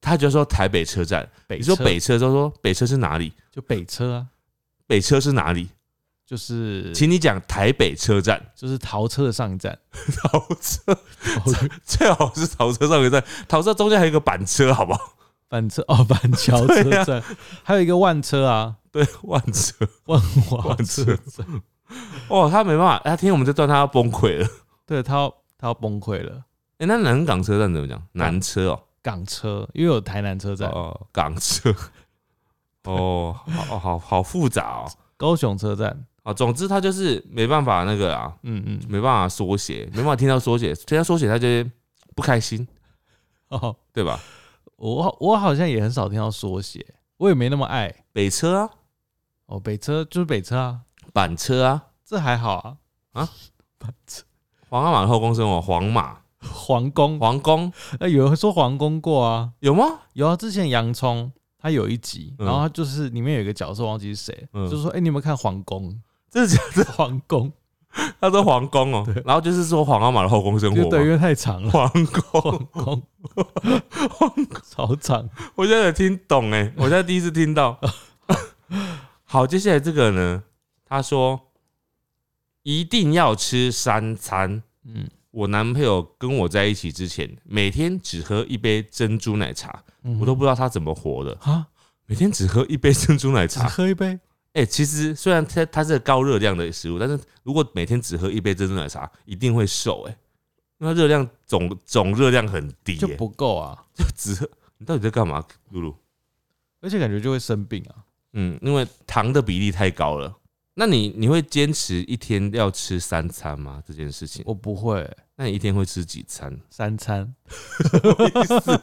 [SPEAKER 2] 他就说台北车站。
[SPEAKER 1] 北
[SPEAKER 2] 你说
[SPEAKER 1] 车
[SPEAKER 2] 北车，他说北车是哪里？
[SPEAKER 1] 就北车啊，
[SPEAKER 2] 北车是哪里？
[SPEAKER 1] 就是
[SPEAKER 2] 请你讲台北车站。
[SPEAKER 1] 就是桃车的上一站，
[SPEAKER 2] 桃车最好是桃车上一站，桃车中间还有一个板车，好不好？
[SPEAKER 1] 板车哦，板桥车
[SPEAKER 2] 对啊
[SPEAKER 1] 站，还有一个万车啊，
[SPEAKER 2] 对，万车。
[SPEAKER 1] 万华
[SPEAKER 2] 万
[SPEAKER 1] 车
[SPEAKER 2] 车
[SPEAKER 1] 站，
[SPEAKER 2] 哦，他没办法，他听我们这段他要崩溃了。
[SPEAKER 1] 对他要他要崩溃了。
[SPEAKER 2] 哎、那南港车站怎么讲？南车哦，
[SPEAKER 1] 港车，因为有台南车站、
[SPEAKER 2] 哦，港车。 哦，好好好复杂哦。
[SPEAKER 1] 高雄车站，
[SPEAKER 2] 啊，总之他就是没办法那个啊，
[SPEAKER 1] 嗯嗯，
[SPEAKER 2] 没办法缩写，没办法听到缩写，听到缩写他就会不开心，
[SPEAKER 1] 哦，
[SPEAKER 2] 对吧？
[SPEAKER 1] 我我好像也很少听到缩写，我也没那么爱
[SPEAKER 2] 北车啊，
[SPEAKER 1] 哦。北车就是北车啊，
[SPEAKER 2] 板车啊，
[SPEAKER 1] 这还好啊。
[SPEAKER 2] 啊，
[SPEAKER 1] 板车
[SPEAKER 2] 皇阿玛的后宫生活，皇马、
[SPEAKER 1] 皇宫，
[SPEAKER 2] 皇宫
[SPEAKER 1] 呃，有人说皇宫过啊，
[SPEAKER 2] 有吗？
[SPEAKER 1] 有啊。之前洋葱他有一集，
[SPEAKER 2] 嗯
[SPEAKER 1] 然后他就是里面有一个角色忘记是谁，
[SPEAKER 2] 嗯
[SPEAKER 1] 就说哎、你有没有看皇宫？
[SPEAKER 2] 这是
[SPEAKER 1] 皇宫
[SPEAKER 2] 他说皇宫哦、然后就是说皇阿玛的后宫生活
[SPEAKER 1] 就对，因
[SPEAKER 2] 嘛。
[SPEAKER 1] 为太长 了，
[SPEAKER 2] 皇宫，
[SPEAKER 1] 光超长，
[SPEAKER 2] 我现在有听懂哎、我现在第一次听到。好，接下来这个呢，他说一定要吃三餐。
[SPEAKER 1] 嗯，
[SPEAKER 2] 我男朋友跟我在一起之前，每天只喝一杯珍珠奶茶，
[SPEAKER 1] 嗯
[SPEAKER 2] 我都不知道他怎么活的，
[SPEAKER 1] 啊，
[SPEAKER 2] 每天只喝一杯珍珠奶
[SPEAKER 1] 只
[SPEAKER 2] 茶。
[SPEAKER 1] 喝一杯，
[SPEAKER 2] 哎、其实虽然它它是高热量的食物，但是如果每天只喝一杯珍珠奶茶，一定会瘦哎、因为它热量总总热量很低、
[SPEAKER 1] 就
[SPEAKER 2] 欸，
[SPEAKER 1] 不够啊，
[SPEAKER 2] 就只 喝。你到底在干嘛，露露？
[SPEAKER 1] 而且感觉就会生病啊。
[SPEAKER 2] 嗯，因为糖的比例太高了。那你你会坚持一天要吃三餐吗？这件事情，
[SPEAKER 1] 我不会
[SPEAKER 2] 那你一天会吃几餐？
[SPEAKER 1] 三餐，
[SPEAKER 2] 什么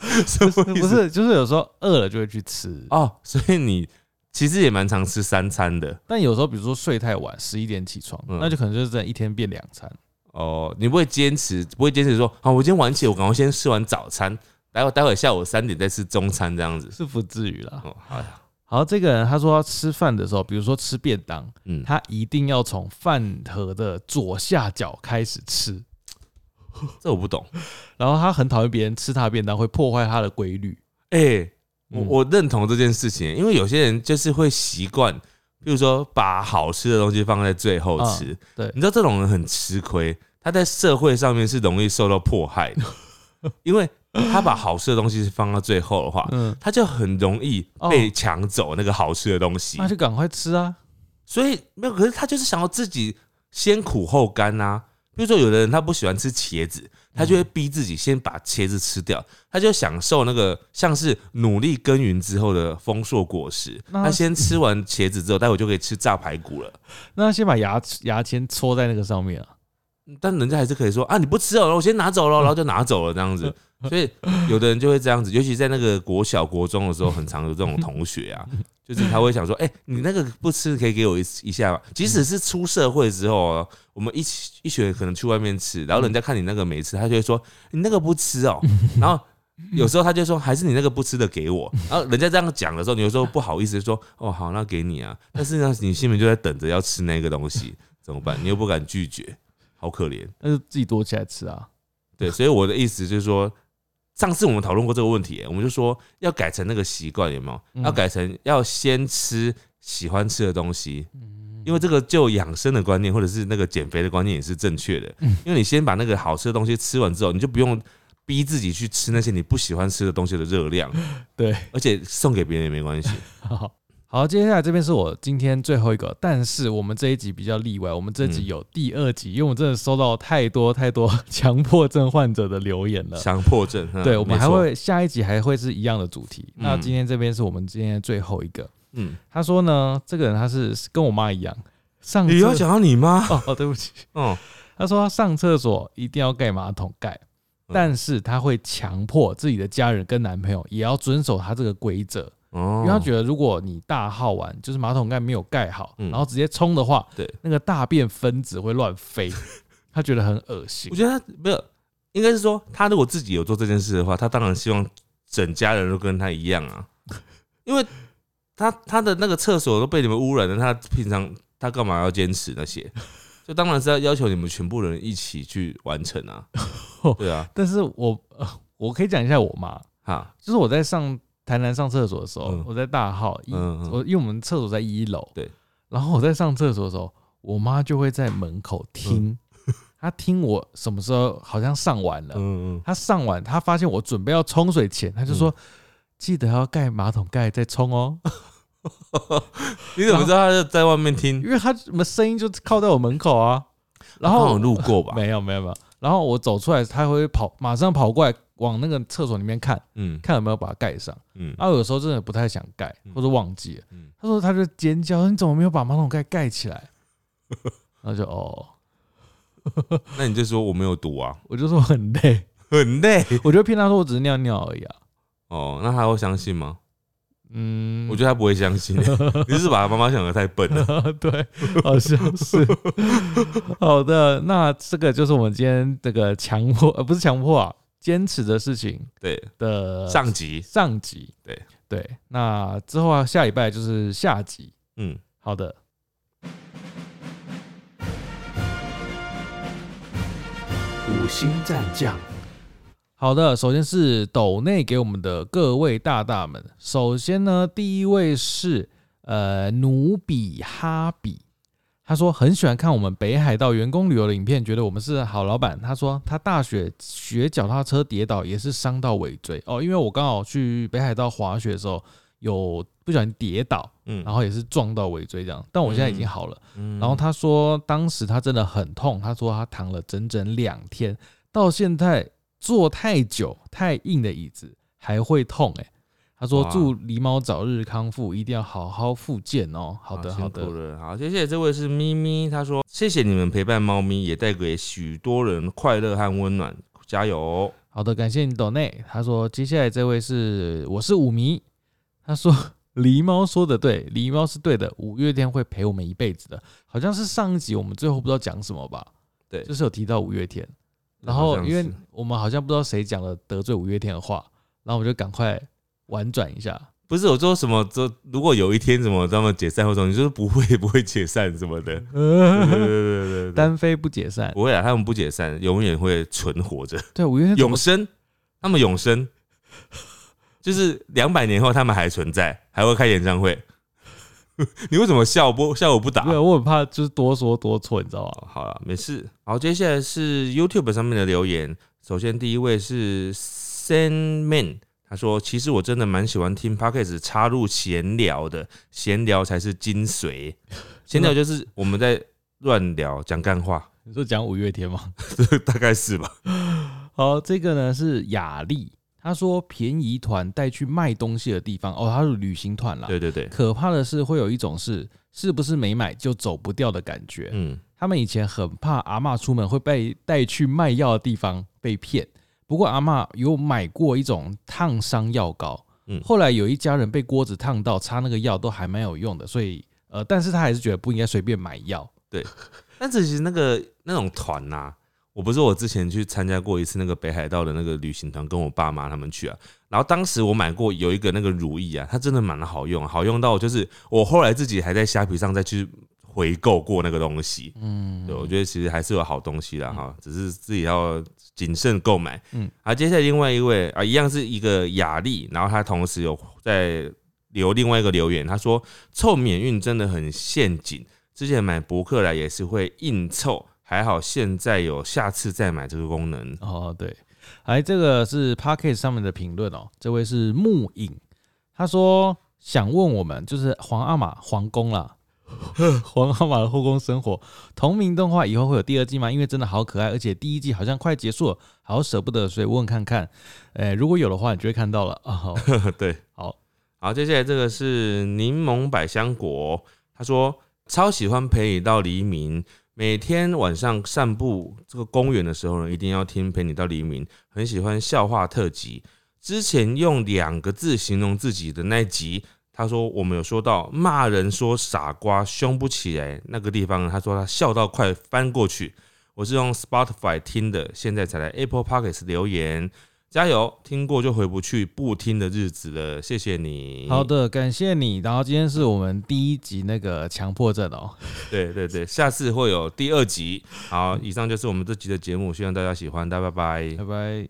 [SPEAKER 2] 意思？
[SPEAKER 1] 不是，就是有时候饿了就会去吃，
[SPEAKER 2] 哦，所以你其实也蛮常吃三餐的
[SPEAKER 1] 但有时候比如说睡太晚，十一点起床，
[SPEAKER 2] 嗯
[SPEAKER 1] 那就可能就是真的一天变两餐。
[SPEAKER 2] 哦。你不会坚持，不会坚持说，好、我今天晚起，我赶快先吃完早餐，待会待会下午三点再吃中餐这样子。
[SPEAKER 1] 是不至于啦。
[SPEAKER 2] 哦，好呀，
[SPEAKER 1] 好，这个人他说他吃饭的时候，比如说吃便当，
[SPEAKER 2] 嗯，
[SPEAKER 1] 他一定要从饭盒的左下角开始吃，
[SPEAKER 2] 这我不懂。
[SPEAKER 1] 嗯然后他很讨厌别人吃他的便当，会破坏他的规律。
[SPEAKER 2] 哎、我
[SPEAKER 1] 嗯
[SPEAKER 2] 我认同这件事情，因为有些人就是会习惯，比如说把好吃的东西放在最后吃，
[SPEAKER 1] 对
[SPEAKER 2] 你知道这种人很吃亏，他在社会上面是容易受到迫害 的，因为他把好吃的东西是放到最后的话，
[SPEAKER 1] 嗯，哦
[SPEAKER 2] 他就很容易被抢走那个好吃的东西，
[SPEAKER 1] 那就赶快吃啊。
[SPEAKER 2] 所以没有，可是他就是想要自己先苦后甘呐、比如说，有的人他不喜欢吃茄子，他就会逼自己先把茄子吃掉，他就享受那个像是努力耕耘之后的丰硕果实。
[SPEAKER 1] 那
[SPEAKER 2] 他先吃完茄子之后，待会就可以吃炸排骨了。
[SPEAKER 1] 那先把牙牙签戳在那个上面啊。
[SPEAKER 2] 但人家还是可以说啊，你不吃哦，我先拿走了，然后就拿走了这样子。所以有的人就会这样子，尤其在那个国小、国中的时候，很常有这种同学啊，就是他会想说，哎、你那个不吃，可以给我一一下吗？即使是出社会之后哦，我们一起一群人可能去外面吃，然后人家看你那个没吃，他就会说你那个不吃哦，然后。有时候他就说，还是你那个不吃的给我。然后人家这样讲的时候，你有时候不好意思就说，哦，好，那给你啊。但是呢，你心里就在等着要吃那个东西，怎么办？你又不敢拒绝，好可怜。
[SPEAKER 1] 那就自己躲起来吃啊。
[SPEAKER 2] 对，所以我的意思就是说，上次我们讨论过这个问题，我们就说要改成那个习惯，有没有？
[SPEAKER 1] 嗯
[SPEAKER 2] 要改成要先吃喜欢吃的东西，
[SPEAKER 1] 嗯
[SPEAKER 2] 因为这个就养生的观念或者是那个减肥的观念也是正确的，
[SPEAKER 1] 嗯
[SPEAKER 2] 因为你先把那个好吃的东西吃完之后，你就不用逼自己去吃那些你不喜欢吃的东西的热量，
[SPEAKER 1] 对，
[SPEAKER 2] 而且送给别人也 没关系。
[SPEAKER 1] 好。好，接下来这边是我今天最后一个，但是我们这一集比较例外，我们这一集
[SPEAKER 2] 嗯
[SPEAKER 1] 有第二集，因为我真的收到太多太多 强迫症患者的留言了，
[SPEAKER 2] 强迫症，嗯
[SPEAKER 1] 对，我们
[SPEAKER 2] 没
[SPEAKER 1] 还
[SPEAKER 2] 错
[SPEAKER 1] 会下一集还会是一样的主题。那
[SPEAKER 2] 嗯
[SPEAKER 1] 今天这边是我们今天的最后一个。
[SPEAKER 2] 嗯，
[SPEAKER 1] 他说呢，这个人他是跟我妈一样，上
[SPEAKER 2] 你要
[SPEAKER 1] 厕
[SPEAKER 2] 讲到你 妈，
[SPEAKER 1] 哦哦，对不起，
[SPEAKER 2] 嗯，
[SPEAKER 1] 他说他上厕所一定要盖马桶盖，
[SPEAKER 2] 嗯
[SPEAKER 1] 但是他会强迫自己的家人跟男朋友也要遵守他这个规则，因
[SPEAKER 2] 哦
[SPEAKER 1] 为他觉得如果你大号完就是马桶盖没有盖好，
[SPEAKER 2] 嗯
[SPEAKER 1] 然后直接冲的话，
[SPEAKER 2] 对，
[SPEAKER 1] 那个大便分子会乱 飞，他觉得很恶心，
[SPEAKER 2] 我。觉得他没有，应该是说他如果自己有做这件事的话，他当然希望整家人都跟他一样啊，因为他他的那个厕所都被你们污染了，他平常他干嘛要坚持那些？就当然是要要求你们全部人一起去完成啊 对啊，
[SPEAKER 1] 但是我、呃我可以讲一下我妈，
[SPEAKER 2] 哈，
[SPEAKER 1] 就是我在上台南上厕所的时候，
[SPEAKER 2] 嗯
[SPEAKER 1] 我在大号一，
[SPEAKER 2] 嗯嗯
[SPEAKER 1] 我因为我们厕所在一楼，
[SPEAKER 2] 对，
[SPEAKER 1] 然后我在上厕所的时候，我妈就会在门口听， 她听我什么时候好像上完了，
[SPEAKER 2] 嗯嗯，
[SPEAKER 1] 她上完，她发现我准备要冲水前，她就说。记得要盖马桶盖再冲哦，
[SPEAKER 2] 你怎么知道他在外面听？
[SPEAKER 1] 因为她们声音就靠在我门口啊。然
[SPEAKER 2] 他刚好
[SPEAKER 1] 后
[SPEAKER 2] 路过吧，
[SPEAKER 1] 没有没有没有，然后我走出来，她会跑，马上跑过来往那个厕所里面看，
[SPEAKER 2] 嗯
[SPEAKER 1] 看有没有把它盖上。
[SPEAKER 2] 嗯，
[SPEAKER 1] 啊，有时候真的不太想盖，
[SPEAKER 2] 嗯
[SPEAKER 1] 或者忘记了。
[SPEAKER 2] 嗯
[SPEAKER 1] 他说他就尖叫，你怎么没有把马桶盖盖起 来？然后就哦，
[SPEAKER 2] 那你就说我没有读啊，
[SPEAKER 1] 我就说很累，
[SPEAKER 2] 很累
[SPEAKER 1] 我就骗他说我只是尿尿而已啊。
[SPEAKER 2] 哦，那他会相信吗？
[SPEAKER 1] 嗯，
[SPEAKER 2] 我觉得他不会 相信，你是把他妈妈想的太笨了。
[SPEAKER 1] 得 对，好像是。 好的，那这个就是我们今天这个强迫，呃，不是强迫啊，坚持的事情
[SPEAKER 2] 对，
[SPEAKER 1] 的
[SPEAKER 2] 上集，
[SPEAKER 1] 上集。
[SPEAKER 2] 对
[SPEAKER 1] 对，那之后啊，下礼拜就是下集。
[SPEAKER 2] 嗯。
[SPEAKER 1] 好的。
[SPEAKER 3] 星战将。
[SPEAKER 1] 好的，首先是斗内给我们的各位大大们。首先呢，第一位是呃努比哈比，他说很喜欢看我们北海道员工旅游的影片，觉得我们是好老板。他说他大学学脚踏车跌倒也是伤到尾椎哦，因为我刚好去北海道滑雪的时候有不小心跌倒，
[SPEAKER 2] 嗯
[SPEAKER 1] 然后也是撞到尾椎这样，但我现在已经好了。
[SPEAKER 2] 嗯
[SPEAKER 1] 然后他说，当时他真的很痛，他说他躺了整整两天，到现在坐太久太硬的椅子还会痛哎、他说
[SPEAKER 2] 哇
[SPEAKER 1] 祝狸猫早日康复，一定要好好复健哦。好的，好
[SPEAKER 2] 啊辛苦
[SPEAKER 1] 的，
[SPEAKER 2] 了，好，谢谢这位是咪咪，他说谢谢你们陪伴猫咪，也带给许多人快乐和温暖，加油哦！
[SPEAKER 1] 好的，感谢你抖内。他说，接下来这位是我是五迷，他说 狸猫说的对，狸猫是对的，五月天会陪我们一辈子的。好像是上一集我们最后不知道讲什么吧？
[SPEAKER 2] 对
[SPEAKER 1] 就是有提到五月天。然
[SPEAKER 2] 好
[SPEAKER 1] 后
[SPEAKER 2] 像
[SPEAKER 1] 因为
[SPEAKER 2] 是
[SPEAKER 1] 我们好像不知道谁讲了得罪五月天的话，然后我就赶快婉转一下。
[SPEAKER 2] 不是我说什么，这如果有一天怎么他们解散或者什么你就是不会不会解散什 么的，对对对对对对，
[SPEAKER 1] 单飞不解散，
[SPEAKER 2] 不会啊，他们不解散，永远会存活着，
[SPEAKER 1] 对五月天怎么
[SPEAKER 2] 永生，他们永生，就是两百年后他们还存在，还会开演唱会。 你为什么笑不笑我不打？
[SPEAKER 1] 对我很怕就是多说多错，你知道吗？
[SPEAKER 2] 哦，好了，没事。好，接下来是 YouTube 上面的留言。首先第一位是 Sandman，他说：“其实我真的蛮喜欢听 Podcast 插入闲聊的，闲聊才是精髓。闲聊就是我们在乱聊讲干话，
[SPEAKER 1] 你说讲五月天吗？
[SPEAKER 2] 大概是吧？
[SPEAKER 1] 好，这个呢是雅丽，她说便宜团带去卖东西的地方哦，她是旅行团啦。
[SPEAKER 2] 对对对，
[SPEAKER 1] 可怕的是会有一种是是不是没买就走不掉的感觉。
[SPEAKER 2] 嗯，
[SPEAKER 1] 他们以前很怕阿嬷出门会被带去卖药的地方被骗，不过阿嬷有买过一种烫伤药膏，
[SPEAKER 2] 嗯
[SPEAKER 1] 后来有一家人被锅子烫到，擦那个药都还蛮有用的，所以呃，但是他还是觉得不应该随便买药。
[SPEAKER 2] 但其实那个那种团呐、我不是我之前去参加过一次那个北海道的那个旅行团，跟我爸妈他们去啊。然后当时我买过有一个那个如意啊，它真的蛮好用，好用到就是我后来自己还在虾皮上再去回购过那个东西。
[SPEAKER 1] 嗯，
[SPEAKER 2] 对，我觉得其实还是有好东西啦哈，只是自己要谨慎购买。嗯
[SPEAKER 1] 嗯，
[SPEAKER 2] 啊，接下来另外一位啊，一样是一个雅丽，然后她同时有在留另外一个留言，她说凑免运真的很陷阱，之前买博客来也是会硬凑，还好现在有下次再买这个功能。
[SPEAKER 1] 哦，对，哎，这个是 p a c k e t 上面的评论哦，这位是木影，他说想问我们，就是皇阿玛皇宫啦， 皇阿玛的后宫生活，同名动画以后会有第二季吗？因为真的好可爱，而且第一季好像快结束了，好舍不得，所以问看看，哎，如果有的话，你就会看到了哦。
[SPEAKER 2] 对，
[SPEAKER 1] 好，
[SPEAKER 2] 好，接下来这个是柠檬百香果，他说超喜欢陪你到黎明，每天晚上散步这个公园的时候呢，一定要听陪你到黎明，很喜欢笑话特辑。之前用两个字形容自己的那一集，他说我们有说到骂人说傻瓜凶不起来那个地方呢，他说他笑到快翻过去。我是用 Spotify 听的，现在才来 Apple Podcasts 留言。加油！听过就回不去，不听的日子了。谢谢你。
[SPEAKER 1] 好，的，感谢你。然后今天是我们第一集那个强迫症哦，
[SPEAKER 2] 对对对，下次会有第二集。好，以上就是我们这集的节目，希望大家喜欢，大家拜拜
[SPEAKER 1] 拜。拜。